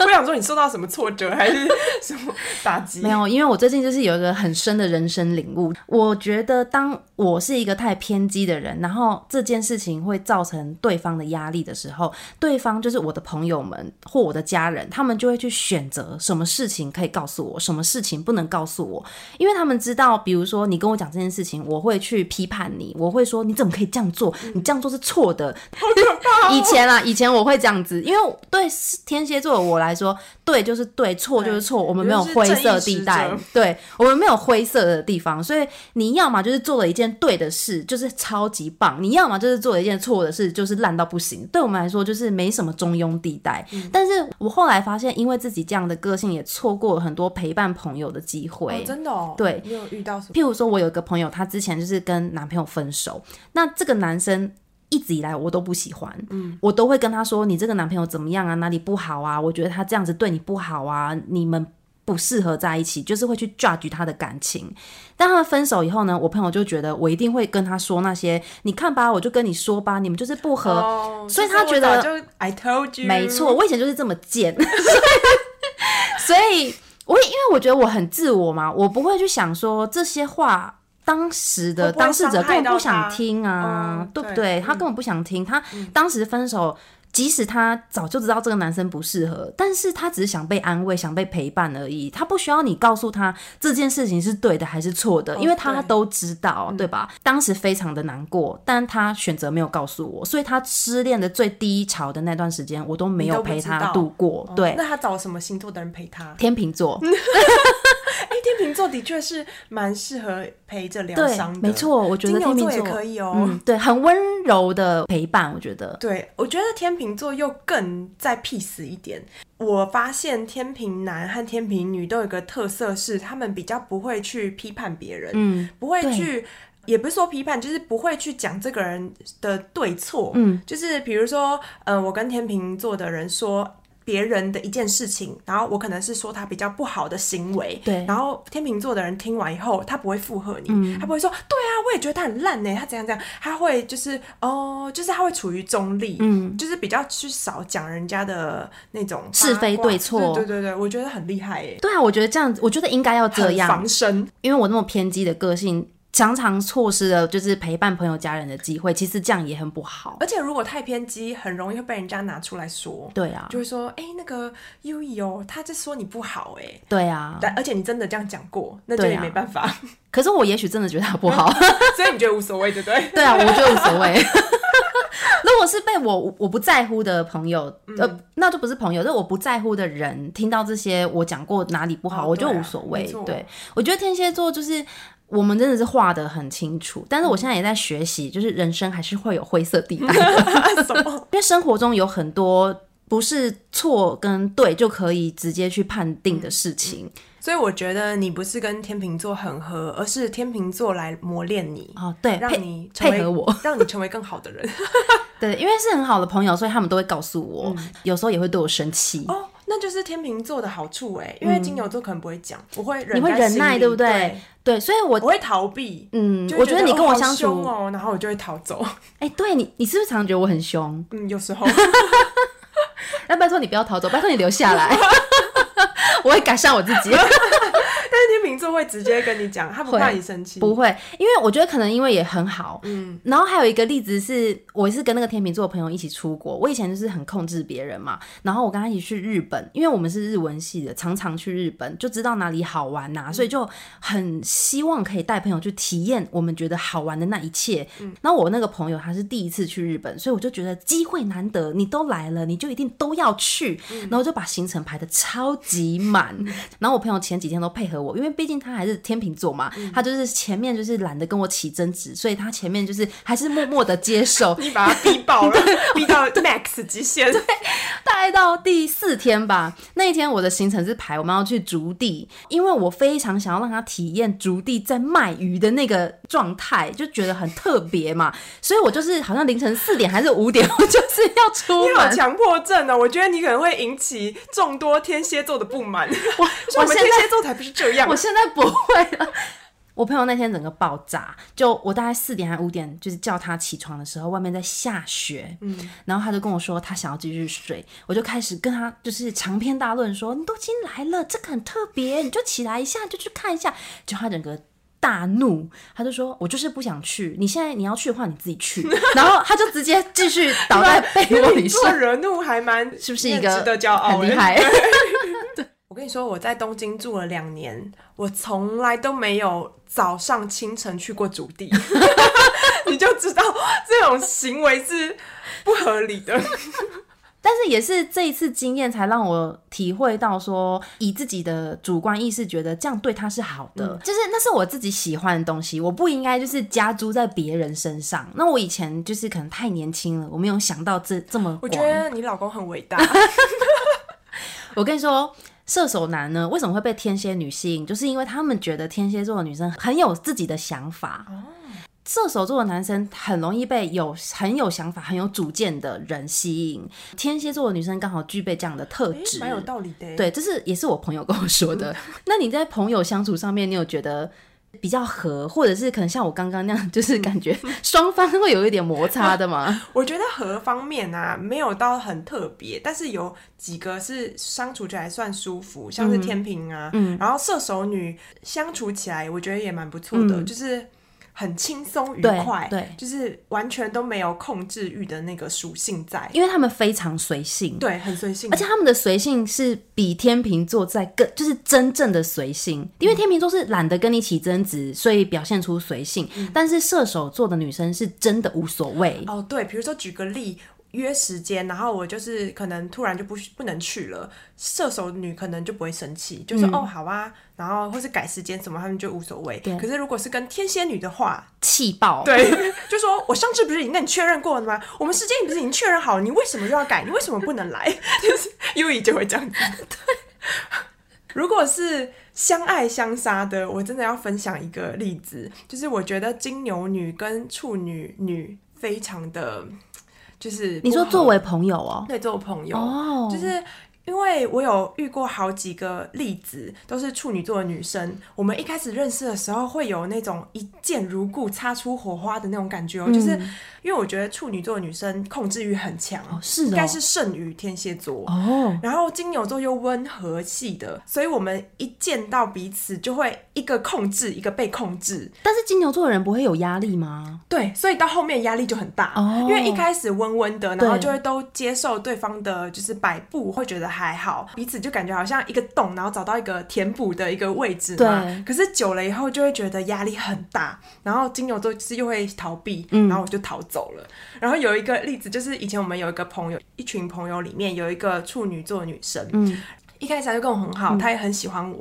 我想说，你受到什么挫折还 是什么打击？
没有，因为我最近就是有一个很深的人生领悟。我觉得，当我是一个太偏激的人，然后这件事情会造成对方的压力的时候，对方就是我的朋友们或我的家人，他们就会去选择什么事情可以告诉我，什么事情不能告诉我，因为他们知道，比如说你跟我讲这件事情，我会去批判你，我会说你怎么可以这样做，你这样做是错的。
好可怕、哦！
以前啦，以前我会这样子，因为对天蝎座的我来说，对就是对，错就是错，我们没有灰色地带
你就是正义使，
对我们没有灰色的地方，所以你要么就是做了一件对的事，就是超级棒；你要么就是做了一件错的事，就是烂到不行。对我们来说，就是没什么中庸地带。
嗯
但是我后来发现，因为自己这样的个性，也错过了很多陪伴朋友的机会。
哦真的哦，
对
你有遇到什么？
譬如说，我有一个朋友，她之前就是跟男朋友分手，那这个男生。一直以来我都不喜欢，嗯，我都会跟他说你这个男朋友怎么样啊，哪里不好啊？我觉得他这样子对你不好啊，你们不适合在一起，就是会去 judge 他的感情。但他们分手以后呢，我朋友就觉得我一定会跟他说那些，你看吧，我就跟你说吧，你们就是不合，
哦，
所以
就是
他觉得
我早就 I told you，
没错，，我以前就是这么贱， 所以我因为我觉得我很自我嘛，我不会去想说这些话。当时的
会不会
当事者
伤害
根本不
到
想
他
听啊，
嗯
对不对？
对
他
嗯
根本不想听，他当时分手，即使他早就知道这个男生不适合，但是他只是想被安慰、想被陪伴而已，他不需要你告诉他这件事情是对的还是错的，
哦
因为他
对
都知道，对吧？当时非常的难过，但他选择没有告诉我，所以他失恋的最低潮的那段时间，我都没
你
有
都不
陪
知
他
道
度过。
哦
对，
那他找什么星座的人陪 他？
天秤座，
哎，天秤座的确是蛮适合陪着疗
对
伤，的，
没。错，我觉得
金
天
牛
秤
座也
座
可以哦，
嗯，对，很温柔的陪伴，我觉得。
对，我觉得天秤座又更再 peace 一点。我发现天秤男和天秤女都有一个特色是，他们比较不会去批判别人，
嗯，
不会
对
去，也不是说批判，就是不会去讲这个人的对错。
嗯，
就是比如说，呃，我跟天秤座的人说。别人的一件事情，然后我可能是说他比较不好的行为，
对
然后天秤座的人听完以后，他不会附和你，他不会说对啊，我也觉得他很烂呢，他怎样怎样，他会就是哦，就是他会处于中立，
嗯，
就是比较去少讲人家的那种八
是非
卦
对错
对对对，我觉得很厉害耶，
对啊，我觉得这样，我觉得应该要这
很
样，
防身，
因为我那么偏激的个性，常常错失了就是陪伴朋友家人的机会，其实这样也很不好。
而且如果太偏激，很容易会被人家拿出来说，
对啊，
就会说，哎、那个优怡哦，他在说你不好哎、
对啊，
但而且你真的这样讲过，那就
对
也
啊
没办法，
可是我也许真的觉得他不好，
所以你觉得无所谓，对不 对？
对啊，我觉得无所谓。 如果是被我我不在乎的朋友，
嗯
呃，那就不是朋友，就是我不在乎的人听到这些我讲过哪里不好，
哦
我就
对啊
无所谓
没。错
对，我觉得天蝎座就是我们真的是画的很清楚，但是
嗯
我现在也在学习，就是人生还是会有灰色地带的。
什么？
因为生活中有很多不是错跟对就可以直接去判定的事情。
所以我觉得你不是跟天秤座很合，而是天秤座来磨练你，
哦，对，
让
配
你成为
配合我，
让你成为更好的人。
对，因为是很好的朋友，所以他们都会告诉我，有时候也会对我生气。
哦，那就是天秤座的好处哎，因为金牛座可能不会讲，我会忍
嗯你会
在
忍
心
耐
里
对不对
对？
对，所以我
我会逃避。
嗯，
就会
我觉得你跟我相
哦
处，
好凶哦，然后我就会逃走。
哎、对你，你是不是常觉得我很凶？
嗯，有 时候
那拜托你不要逃走，拜托你留下来， 我会改善我自己。
但是天秤座会直接跟你讲，他不怕
会
你生气，。
不会，因为我觉得可能因为也很好，嗯。然后还有一个例子是，我是跟那个天秤座的朋友一起出国，我以前就是很控制别人嘛。然后我跟他一起去日本，因为我们是日文系的，常常去日本就知道哪里好玩呐、所以就很希望可以带朋友去体验我们觉得好玩的那一切。然后我那个朋友他是第一次去日本，所以我就觉得机会难得，你都来了，你就一定都要去。然后就把行程排的超级满。 然后我朋友前几天都配合我，因为毕竟他还是天秤座嘛，他就是前面就是懒得跟我起争执，所以他前面就是还是默默的接受
你把他逼 爆了，逼到 max 极限。
大概到第四天吧，那一天我的行程是排我们要去竹地，因为我非常想要让他体验竹地在卖鱼的那个状态，就觉得很特别嘛，所以我就是好像凌晨四点还是五点，我就是要出
你
门
有。强迫症哦，我觉得你可能会引起众 多天蝎座的不满。我
我
们天
现在
蝎座才不是这样
我，现在不会了。我朋友那天整个爆炸，就我大概四点还五点，就是叫他起床的时候，外面在下雪，嗯，然后他就跟我说他想要继续睡，我就开始跟他就是长篇大论说，你都已经来了，这个很特别，你就起来一下，就去看一下，就他整个。大怒，他就说：“我就是不想去。你现在你要去的话，你自己 去。”然后他就直接继续倒在被窝里
做
睡，
惹怒还蛮
是不是一个
值得骄傲？
很厉害。
我跟你说，我在东京住了两年，我从来都没有早上清晨去过竹地， 你就知道这种行为是不合理的。
但是也是这一次经验，才让我体会到说，以自己的主观意识觉得这样对他是好
嗯
的，就是那是我自己喜欢的东西，我不应该就是加诸在别人身上。那我以前就是可能太年轻了，我没有想到这这么
我
广。
觉得你老公很伟大，
我跟你说，射手男呢为什么会被天蝎女吸引，就是因为他们觉得天蝎座的女生很有自己的想法。
哦
射手座的男生很容易被有很有想法、很有主见的人吸引，天蝎座的女生刚好具备这样的特
诶
质，
蛮有道理的。，
对，这是也是我朋友跟我说
嗯
的。那你在朋友相处上面，你有觉得比较合，或者是可能像我刚刚那样，
嗯
就是感觉双方会有一点摩擦 的吗？
我觉得和方面啊，没有到很特别，但是有几个是相处起来算舒服，像是
嗯
天平啊，然后射手女相处起来，我觉得也蛮不错的，
嗯
就是很轻松愉
对
快，
对
就是完全都没有控制欲的那个属性在，
因为他们非常随性，
对，很随性，
而且他们的随性是比天秤座在更就是真正的随性，
嗯
因为天秤座是懒得跟你起争执，所以表现出随性。但是射手座的女生是真的无所谓，
嗯哦，对，比如说举个例，约时间，然后我就是可能突然就不不能去了，射手女可能就不会生气，就说、
嗯
哦好啊，然后或是改时间什么，他们就无所谓。可是如果是跟天蝎女的话，
气爆。
对， 就说我上次不是已经跟你确认过了吗？我们时间不是已经确认好了，你为什么又要改？你为什么不能来？ 就是优怡就会这样子。如果是相爱相杀的，我真的要分享一个例子，就是我觉得金牛女跟处女女非常的，就是
你说
不合
作为朋友哦、
对做朋友，
哦
就是因为我有遇过好几个例子，都是处女座的女生。我们一开始认识的时候，会有那种一见如故、擦出火花的那种感觉哦。就是因为我觉得处女座的女生控制欲很强，
嗯是哦
应该是胜于天蝎座。
哦，
然后金牛座又温和系的，所以我们一见到彼此就会一个控制，一个被控制。
但是金牛座的人不会有压力吗？
对，所以到后面压力就很大，
哦
因为一开始温温的，然后
对
就会都接受对方的就是摆布，会觉得还好，彼此就感觉好像一个洞，然后找到一个填补的一个位置嘛
对。
可是久了以后就会觉得压力很大，然后金牛座就是又会逃避，
嗯
然后我就逃走了。然后有一个例子就是以前我们有一个朋友，一群朋友里面有一个处女座女生，
嗯，
一开始他就跟我很好，他也很喜欢我。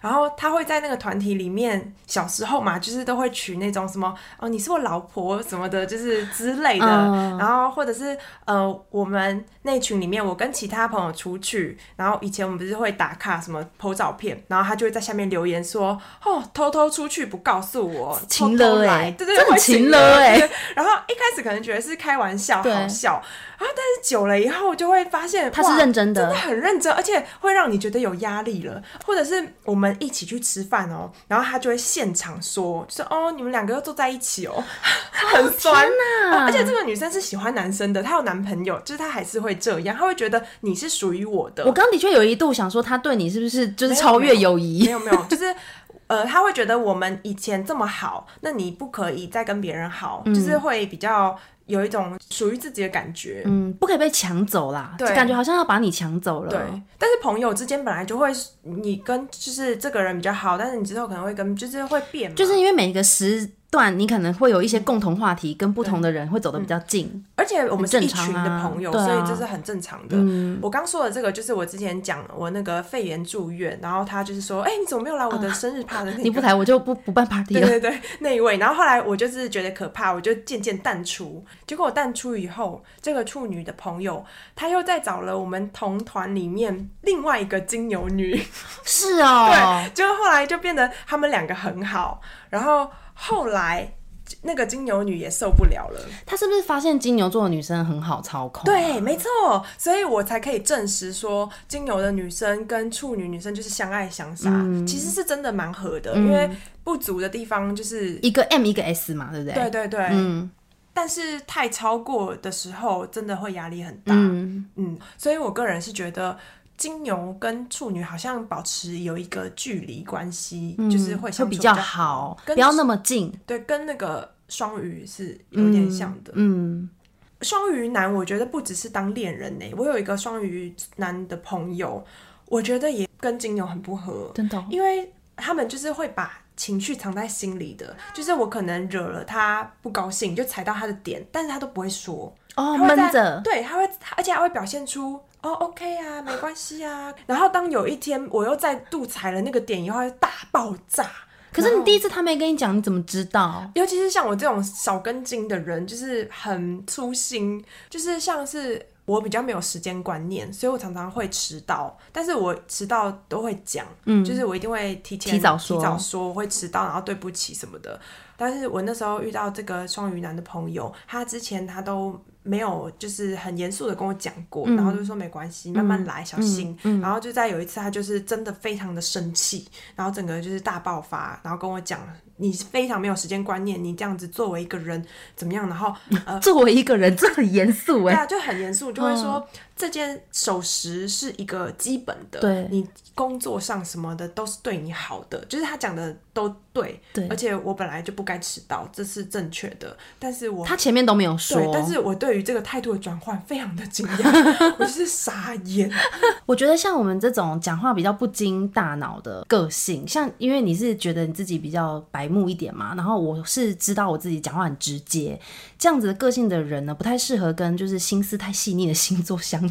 然后他会在那个团体里面，小时候嘛，就是都会取那种什么哦，你是我老婆什么的，就是之类的。
嗯
然后或者是呃，我们那群里面，我跟其他朋友出去，然后以前我们不是会打卡什么 po 照片，然后他就会在下面留言说哦，偷偷出去不告诉我，
情
偷偷
勒
来
欸
对对，
这很
会
情
情
勒欸
对然后一开始可能觉得是开玩笑，
对
好笑，然后但是久了以后就会发现
他是
哇
认真的
真的很认真，而且会让你觉得有压力了。或者是我们一起去吃饭哦，然后他就会现场说，就是哦，你们两个又坐在一起哦， 很酸呐、哦而且这个女生是喜欢男生的，她有男朋友，就是她还是会这样，她会觉得你是属于我的。
我刚刚的确有一度想说，他对你是不是就是
没有
超越
没有
友谊
没？有没有，就是呃，他会觉得我们以前这么好，那你不可以再跟别人好，
嗯
就是会比较有一种属于自己的感觉。
嗯，不可以被抢走啦，就
对
感觉好像要把你抢走了。
对，但是朋友之间本来就会，你跟就是这个人比较好，但是你之后可能会跟就是会变嘛，
就是因为每个时段你可能会有一些共同话题，跟不同的人会走得比较近。
而且我们是一群
很正常
的
啊
朋友，
对啊嗯
所以这是很正常的。我刚说的这个就是我之前讲我那个肺炎住院，然后他就是说，哎、你怎么没有来我的生日趴的那个？
啊你不来，我就不不办 party
对
了。
对对，那一位。然后后来我就是觉得可怕，我就渐渐淡出。结果我淡出以后，这个处女的朋友，她又再找了我们同团里面另外一个金牛女，
是哦，
就后来就变得他们两个很好。然后后来那个金牛女也受不了了，
他是不是发现金牛座的女生很好操控？，啊
对，没错，所以我才可以证实说，
嗯
金牛的女生跟处女女生就是相爱相杀，其实是真的蛮合的，因为。不不足的地方就是，
一个 M 一个 S 嘛，对不对？
对对对，
嗯
但是太超过的时候，真的会压力很大。
嗯，
嗯，所以我个人是觉得金牛跟处女好像保持有一个距离关系，就是会相
嗯会
处
比
较
较好，
跟
不要那么近，
对，跟那个双鱼是有点像的。
嗯，
双、鱼男我觉得不只是当恋人呢、我有一个双鱼男的朋友，我觉得也跟金牛很不合，
真的哦、
因为他们就是会把。情绪藏在心里的，就是我可能惹了他不高兴，就踩到他的点，但是他都不会说，
哦，
他会在
闷着，
对，他会，他而且还会表现出哦，OK 啊，没关系啊。然后当有一天我又再度踩了那个点以后，他就大爆炸。
可是你第一次他没跟你讲，你怎么知道？
尤其是像我这种少根筋的人，就是很粗心，就是像是我比较没有时间观念，所以我常常会迟到。但是我迟到都会讲，嗯，就是我一定会提前
提早说。
提早说我会迟到，然后对不起什么的。但是我那时候遇到这个双鱼男的朋友，他之前他都没有就是很严肃的跟我讲过，然后就说没关系，慢慢来，小心。然后就在有一次，他就是真的非常的生气，然后整个就是大爆发，然后跟我讲你是非常没有时间观念，你这样子作为一个人怎么样？然后呃
作为一个人，这很严肃
对
哎。
啊，就很严肃，就会说、
嗯
这件守时是一个基本的，
对
你工作上什么的都是对你好的，就是他讲的都对，
对
而且我本来就不该迟到，这是正确的，但是我
他前面都没有说
对，，但是我对于这个态度的转换非常的惊 讶，我就是傻眼。
我觉得像我们这种讲话比较不经大脑的个性，像因为你是觉得你自己比较白目一点嘛，然后我是知道我自己讲话很直接，这样子的个性的人呢，不太适合跟就是心思太细腻的星座相处。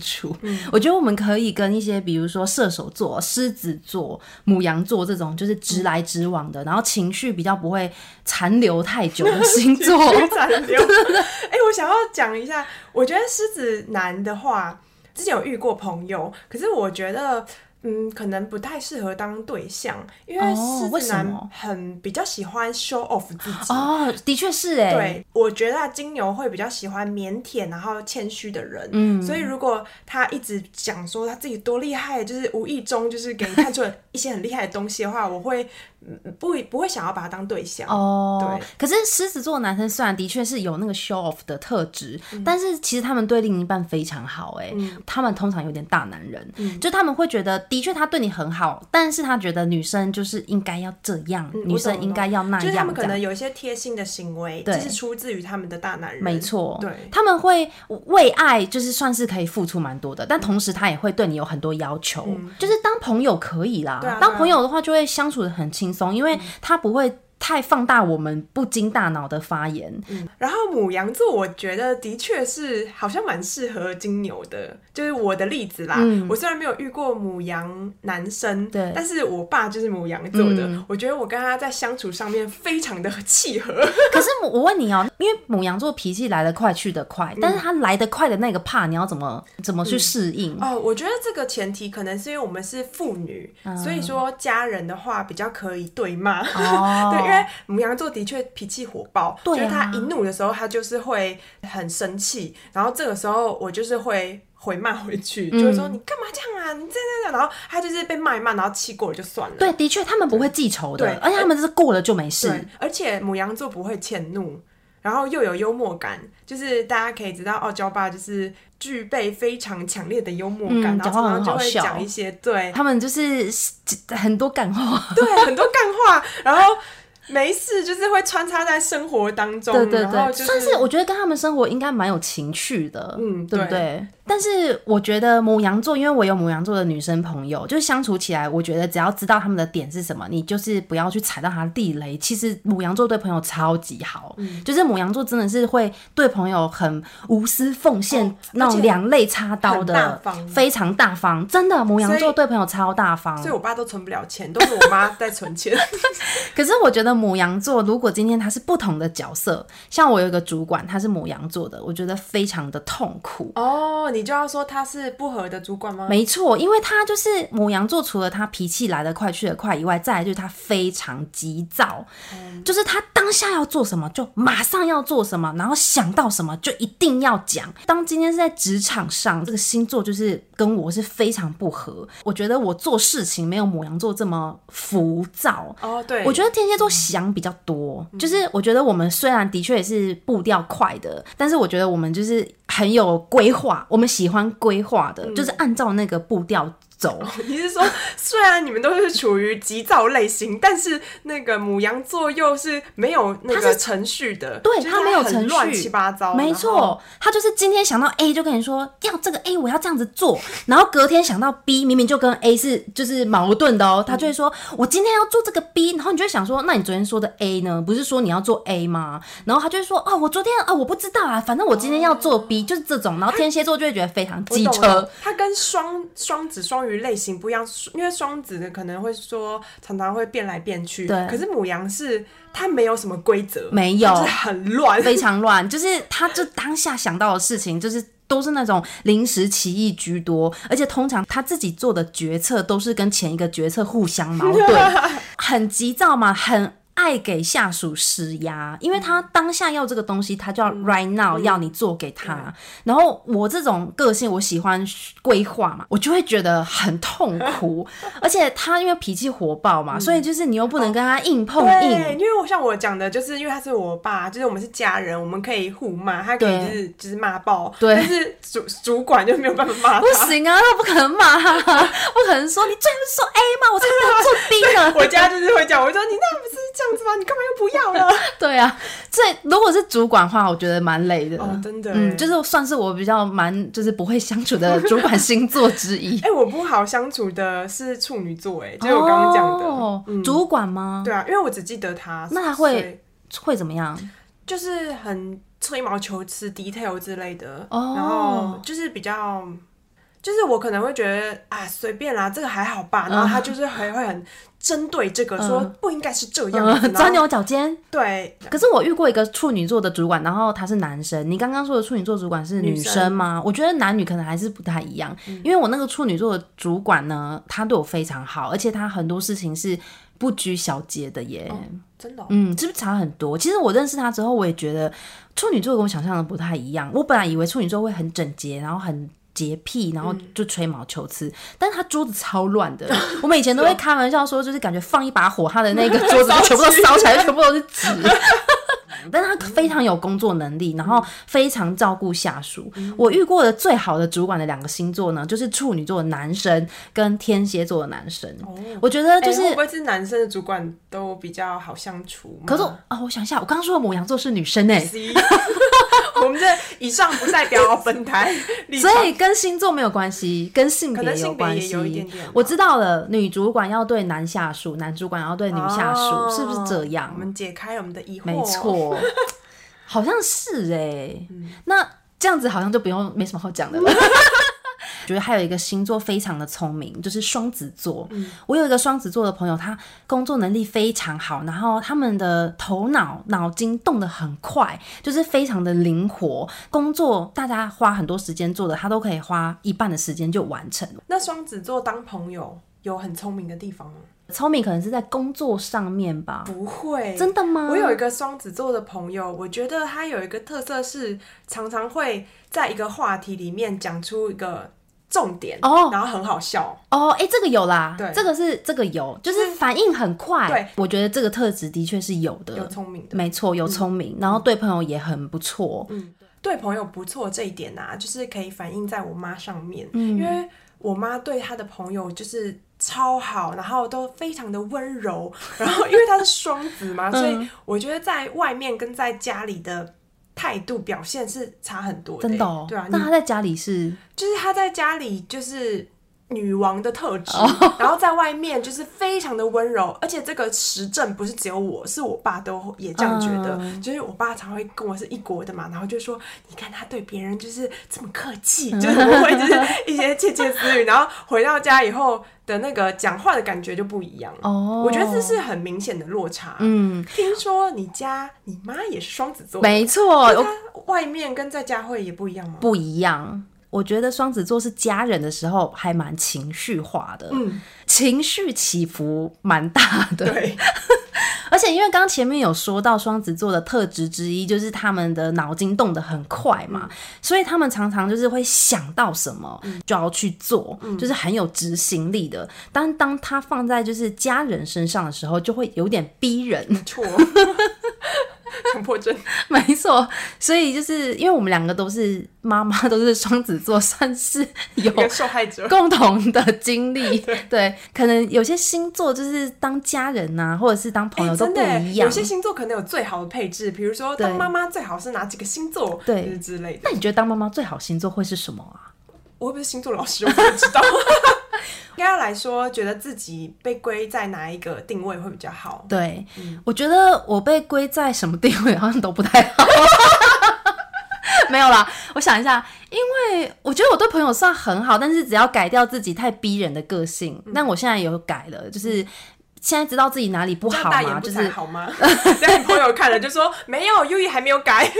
我觉得我们可以跟一些比如说射手座、狮子座、母羊座这种就是直来直往的，然后情绪比较不会残留太久的星 座。
残留。哎、我想要讲一下，我觉得狮子男的话，之前有遇过朋友，可是我觉得。嗯，可能不太适合当对象，因为
哦为
狮子
什
男
么
很比较喜欢 show off 自己。
哦，的确是哎、
对，我觉得啊金牛会比较喜欢腼腆然后谦虚的人，
嗯
所以如果他一直讲说他自己多厉害，就是无意中就是给你看出了一些很厉害的东西的话，我会嗯不不会想要把他当对象。
哦，
对
可是狮子座男生虽然的确是有那个 show off 的特质，
嗯
但是其实他们对另一半非常好、欸，哎、他们通常有点大男人，
嗯
就他们会觉得的确他对你很好，但是他觉得女生就是应该要这样，
嗯
女
我
生
懂
应该要那样，
就是他们
这
可
样
能有一些贴心的行为，
对
这是出自于他们的大男人。
没错，
对
他们会为爱就是算是可以付出蛮多的，但同时他也会对你有很多要求，就是当朋友可以啦，
嗯对啊对啊嗯
当朋友的话就会相处的很轻松，因为他不会太放大我们不经大脑的发言，
然后母羊座，我觉得的确是好像蛮适合金牛的，就是我的例子啦。我虽然没有遇过母羊男生，
嗯对嗯
但是我爸就是母羊座的，我觉得我跟他在相处上面非常的契合。
可是我我问你哦、因为母羊座脾气来得快去得
嗯
快，但是他来得快的那个怕，你要怎么怎么去适应？
哦，我觉得这个前提可能是因为我们是妇女，
嗯
所以说家人的话比较可以对骂。
哦
嗯对，因为母羊座的确脾气火爆，
对啊
就是他一怒的时候，他就是会很生气，然后这个时候我就是会。回骂回去，
嗯
就是说你干嘛这样啊？你这这这，然后他就是被骂一骂，然后气过了就算了。
对，的确他们不会记仇的
对，
而且他们就是过了就没
对
事。，
而且母羊座不会迁怒，然后又有幽默感，就是大家可以知道傲娇爸就是具备非常强烈的幽默感，然
嗯讲
后
话
常常
很
就
好
会
笑
讲一些对
他们就是很多感话，
对，很多干话，然后没事就是会穿插在生活当中，
对对
然后
对，
就是
算是我觉得跟他们生活应该蛮有情趣的，
嗯
对不
对
对？但是我觉得母羊座，因为我有母羊座的女生朋友，就是相处起来，我觉得只要知道他们的点是什么，你就是不要去踩到他地雷。其实母羊座对朋友超级好，
嗯
就是母羊座真的是会对朋友很无私奉献，
哦
那
而
种
且
两肋插刀
很大
的，
方
非常大方。真的，母羊
所
座
以
对朋友超大方。
所以我爸都存不了钱，都是我妈在存 钱。
可是我觉得母羊座，如果今天他是不同的角色，像我有一个主管，他是母羊座的，我觉得非常的痛苦。
哦，你就要说他是不合的主管吗？
没错，因为他就是母羊座，除了他脾气来得快去得快以外，再来就是他非常急躁，就是他当下要做什么就马上要做什么，然后想到什么就一定要讲。当今天是在职场上，这个星座就是跟我是非常不合。我觉得我做事情没有母羊座这么浮躁，
哦，对，
我觉得天蝎座想比较多。就是我觉得我们虽然的确也是步调快的，但是我觉得我们就是很有规划，我们喜欢规划的，就是按照那个步调走。
你是说，虽然你们都是处于急躁类型，但是那个母羊座又是没有那
它
个
是
程序的，
对
就是
它没有
很
程序
乱七八糟，
没
然后。
错，他就是今天想到 A 就跟你说要这个 A，我要这样子做，然后隔天想到 B，明明就跟 A 是就是矛盾的哦，他就会说、我今天要做这个 B，然后你就会想说，那你昨天说的 A 呢？不是说你要做 A 吗？然后他就会说哦，我昨天啊、我不知道啊，反正我今天要做 B，、就是这种，然后天蝎座就会觉得非常
我
机
懂
车
了，，它跟双双子、双鱼类型不一样，因为双子的可能会说常常会变来变去，
对
可是母羊是它没有什么规则，
没有
就是很乱，
非常乱，就是他就当下想到的事情，就是都是那种临时起意居多，而且通常他自己做的决策都是跟前一个决策互相矛盾，很急躁嘛，很。爱给下属施压，因为他当下要这个东西，他就要 right now、要你做给他。然后我这种个性，我喜欢规划嘛，我就会觉得很痛苦。而且他因为脾气火爆嘛，所以就是你又不能跟他硬碰硬，
对，因为我像我讲的，就是因为他是我爸，就是我们是家人，我们可以互骂，他可以
对
就是就是骂爆，
对
但是主主管就没有办法骂
不
他。
行啊，那不可能 骂他，不可能说你最后说 A 嘛，我才不要做 B 呢。
我家就是会讲，我说你那不是这样子吗？你干嘛又不要了？
对啊，这如果是主管的话，我觉得蛮累的。
哦，真的耶，。
嗯，就是算是我比较蛮就是不会相处的主管星座之一
哎、我不好相处的是处女座，哎，就是我刚刚讲的，嗯
哦主管吗？
对啊，因为我只记得他，
那他
所以
会会怎么样？
就是很吹毛求疵、detail 之类的，
哦
然后就是比较，就是我可能会觉得啊随便啦，这个还好
嗯
吧，然后他就是还会很针对这个、说不应该是这样子，
嗯，
然
钻
后
牛角尖。
对，
可是我遇过一个处女座的主管，然后他是男生。你刚刚说的处女座主管是女生嗯吗？我觉得男女可能还是不太一样，因为我那个处女座的主管呢，他对我非常好，而且他很多事情是不拘小节的耶。
真的哦、
嗯，是不是差很多？其实我认识他之后，我也觉得处女座跟我想象的不太一样。我本来以为处女座会很整洁，然后很洁癖，然后就吹毛求疵，但是他桌子超乱的。我们以前都会开玩笑说，就是感觉放一把火，他的那个桌子就全部都烧起来，全部都是纸。但他非常有工作能力，然后非常照顾下属。我遇过的最好的主管的两个星座呢，就是处女座的男生跟天蝎座的男生。我觉得就是
哎会不会是男生的主管都比较好相处吗？
可是我啊、我想一下，我刚刚说的母羊座是女生哎、
C 我们这以上不代表本台立场，
所以跟星座没有关系，跟性
可
别
能性别
关
也
系。
有一点点吧
我知道了，女主管要对男下属，男主管要对女下属，
哦
是不是这样
我？们解开我们的疑惑，
没，错，好像是哎、
嗯
那这样子好像就不用没什么好 讲的了。觉得还有一个星座非常的聪明，就是双子座。
嗯
我有一个双子座的朋友，他工作能力非常好，然后他们的头脑脑筋动得很快，就是非常的灵活。工作大家花很多时间做的，他都可以花一半的时间就完成。
那双子座当朋友有很聪明的地方吗？
聪明可能是在工作上面吧？
不会，
真的吗？
我有一个双子座的朋友，我觉得他有一个特色是，常常会在一个话题里面讲出一个重点，
哦
然后很好笑。
哦，哎、这个有啦，
对嗯
这个是这个有，就是反应很快。
对，
我觉得这个特质的确是有的，
有嗯聪明的
没错，有聪明，然后对朋友也很不错。
嗯对朋友不错这一点啊，就是可以反映在我妈上面，
嗯
因为我妈对她的朋友就是超好，然后都非常的温柔， 然后因为她是双子
嗯
嘛，所以我觉得在外面跟在家里的态度表现是差很多的、
真的哦，
对啊，
那
你
他在家里是
就是她在家里就是女王的特质，
哦
然后在外面就是非常的温柔，而且这个实证不是只有我，是我爸都也这样觉得。
嗯
就是我爸常会跟我是一国的嘛，然后就说你看他对别人就是这么客气，就是不会就是一些窃窃私语，然后回到家以后的那个讲话的感觉就不一样。
哦，
我觉得这是很明显的落差。
嗯，
听说你家你妈也是双子座，
没错，
她
我
外面跟在家会也不一样吗？
不一样。我觉得双子座是家人的时候还蛮情绪化的，
嗯，
情绪起伏蛮大的。
对，
而且因为刚前面有说到双子座的特质之一就是他们的脑筋动得很快嘛，
嗯
所以他们常常就是会想到什么就要去做，
嗯
就是很有执行力的。但当他放在就是家人身上的时候，就会有点逼人。
没错，强迫症，
没错，所以就是因为我们两个都是妈妈，都是双子座，算是 有
一个受害者，
共同的 经历。对，可能有些星座就是当家人呐、或者是当朋友
哎
都
真
不
的耶
一样。
有些星座可能有最好的配置，比如说
对
当妈妈最好是哪几个星座，
对
就是之类的
那。你觉得当妈妈最好星座会是什么啊？
我又不是星座老师，我不知 道。应该来说，觉得自己被归在哪一个定位会比较好？
对，我觉得我被归在什么地位好像都不太好。 没有啦，我想一下，因为我觉得我对朋友算很好，但是只要改掉自己太逼人的个性，但我现在有改了，就是现在知道自己哪里不
这样
好
大
嘛，
言不
就是
惭好 吗？让你朋友看了就说没有，优衣还没有改。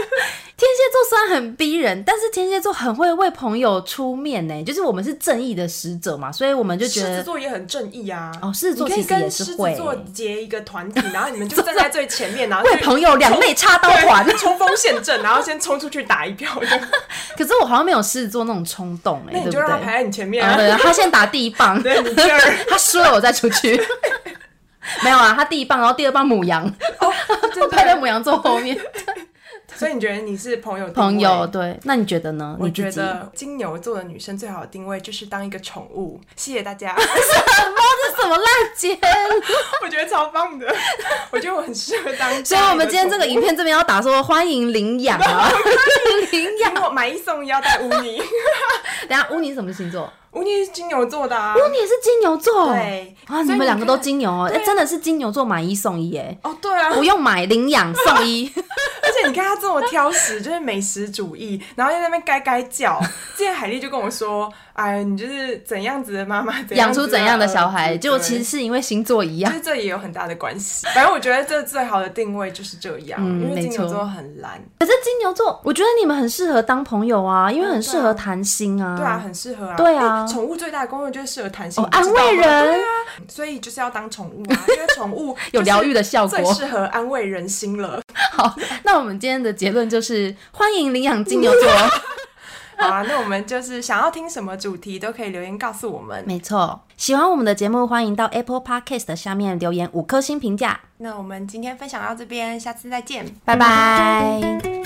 天蝎座虽然很逼人，但是天蝎座很会为朋友出面呢，就是我们是正义的使者嘛，所以我们 就觉
狮子
得
座也很正义啊。
哦狮子座
你可以
其实也
跟
是
狮子
会
座结一个团体，然后你们就站在最前面，然后
为
去
朋友两肋插刀
对
环。
冲锋陷阵，然后先冲出去打一 票，这样
可是我好像没有狮子座那种冲动哎，
那你
对不
就
对？
让他排在你前面
啊
啊。
对，他先打第一棒，
对你第二
他输了我再出 去。没有啊，他第一棒，然后第二棒母羊，
哦，真
拍在
的。
母羊座后面。
所以你觉得你是朋友定位
朋友，？对，那你觉得呢？
我
你自
觉
己哦
得金牛座的女生最好的定位就是当一个宠物，谢谢大家，
这什么烂结论？
我觉得超棒的， 我觉得我很适合当。
所以我们今天这个影片这边要打说欢迎领养 啊，领养。
片，我买一送一要带乌尼，
等一下，乌尼是什么星座？
乌尼是金牛座的啊。
乌尼也是金牛座。
对
啊，
所以
你们
你
两个都
看
金牛哦，哎、
对啊
真的是金牛座买一送一哎。
哦，对啊，
不用买，领养 送一。
而且你看他这么挑食，就是美食主义，然后在那边该该叫。之前海丽就跟我说：“哎，你就是怎样子的妈妈，怎
养
样
出
子
怎样的小孩？
儿子
结果其实。是因为星座
对”
一样
就。是这也有很大的关系，反正我觉得这最好的定位就是这样，
嗯
因为金
没错
牛座很懒，
可是金牛座，我觉得你们很适合当朋友啊，因为很适合谈心啊。
嗯对啊，很适合啊，
对啊
哎宠物最大的功用就是适合弹性，
哦，
你
安
知道吗啊
慰，人
所以就是要当宠物啊， 因为宠物
有疗愈的效
最
果。
适合安慰人心了。
好， 那我们今天的结论就是欢迎领养金牛 座。
好啊，那我们就是想要听什么主题都可以留言告诉我们。
没错，喜欢我们的节目，欢迎到 Apple Podcast 的下面留言五颗星评价。
那我们今天分享到这边，下次再见。
拜拜。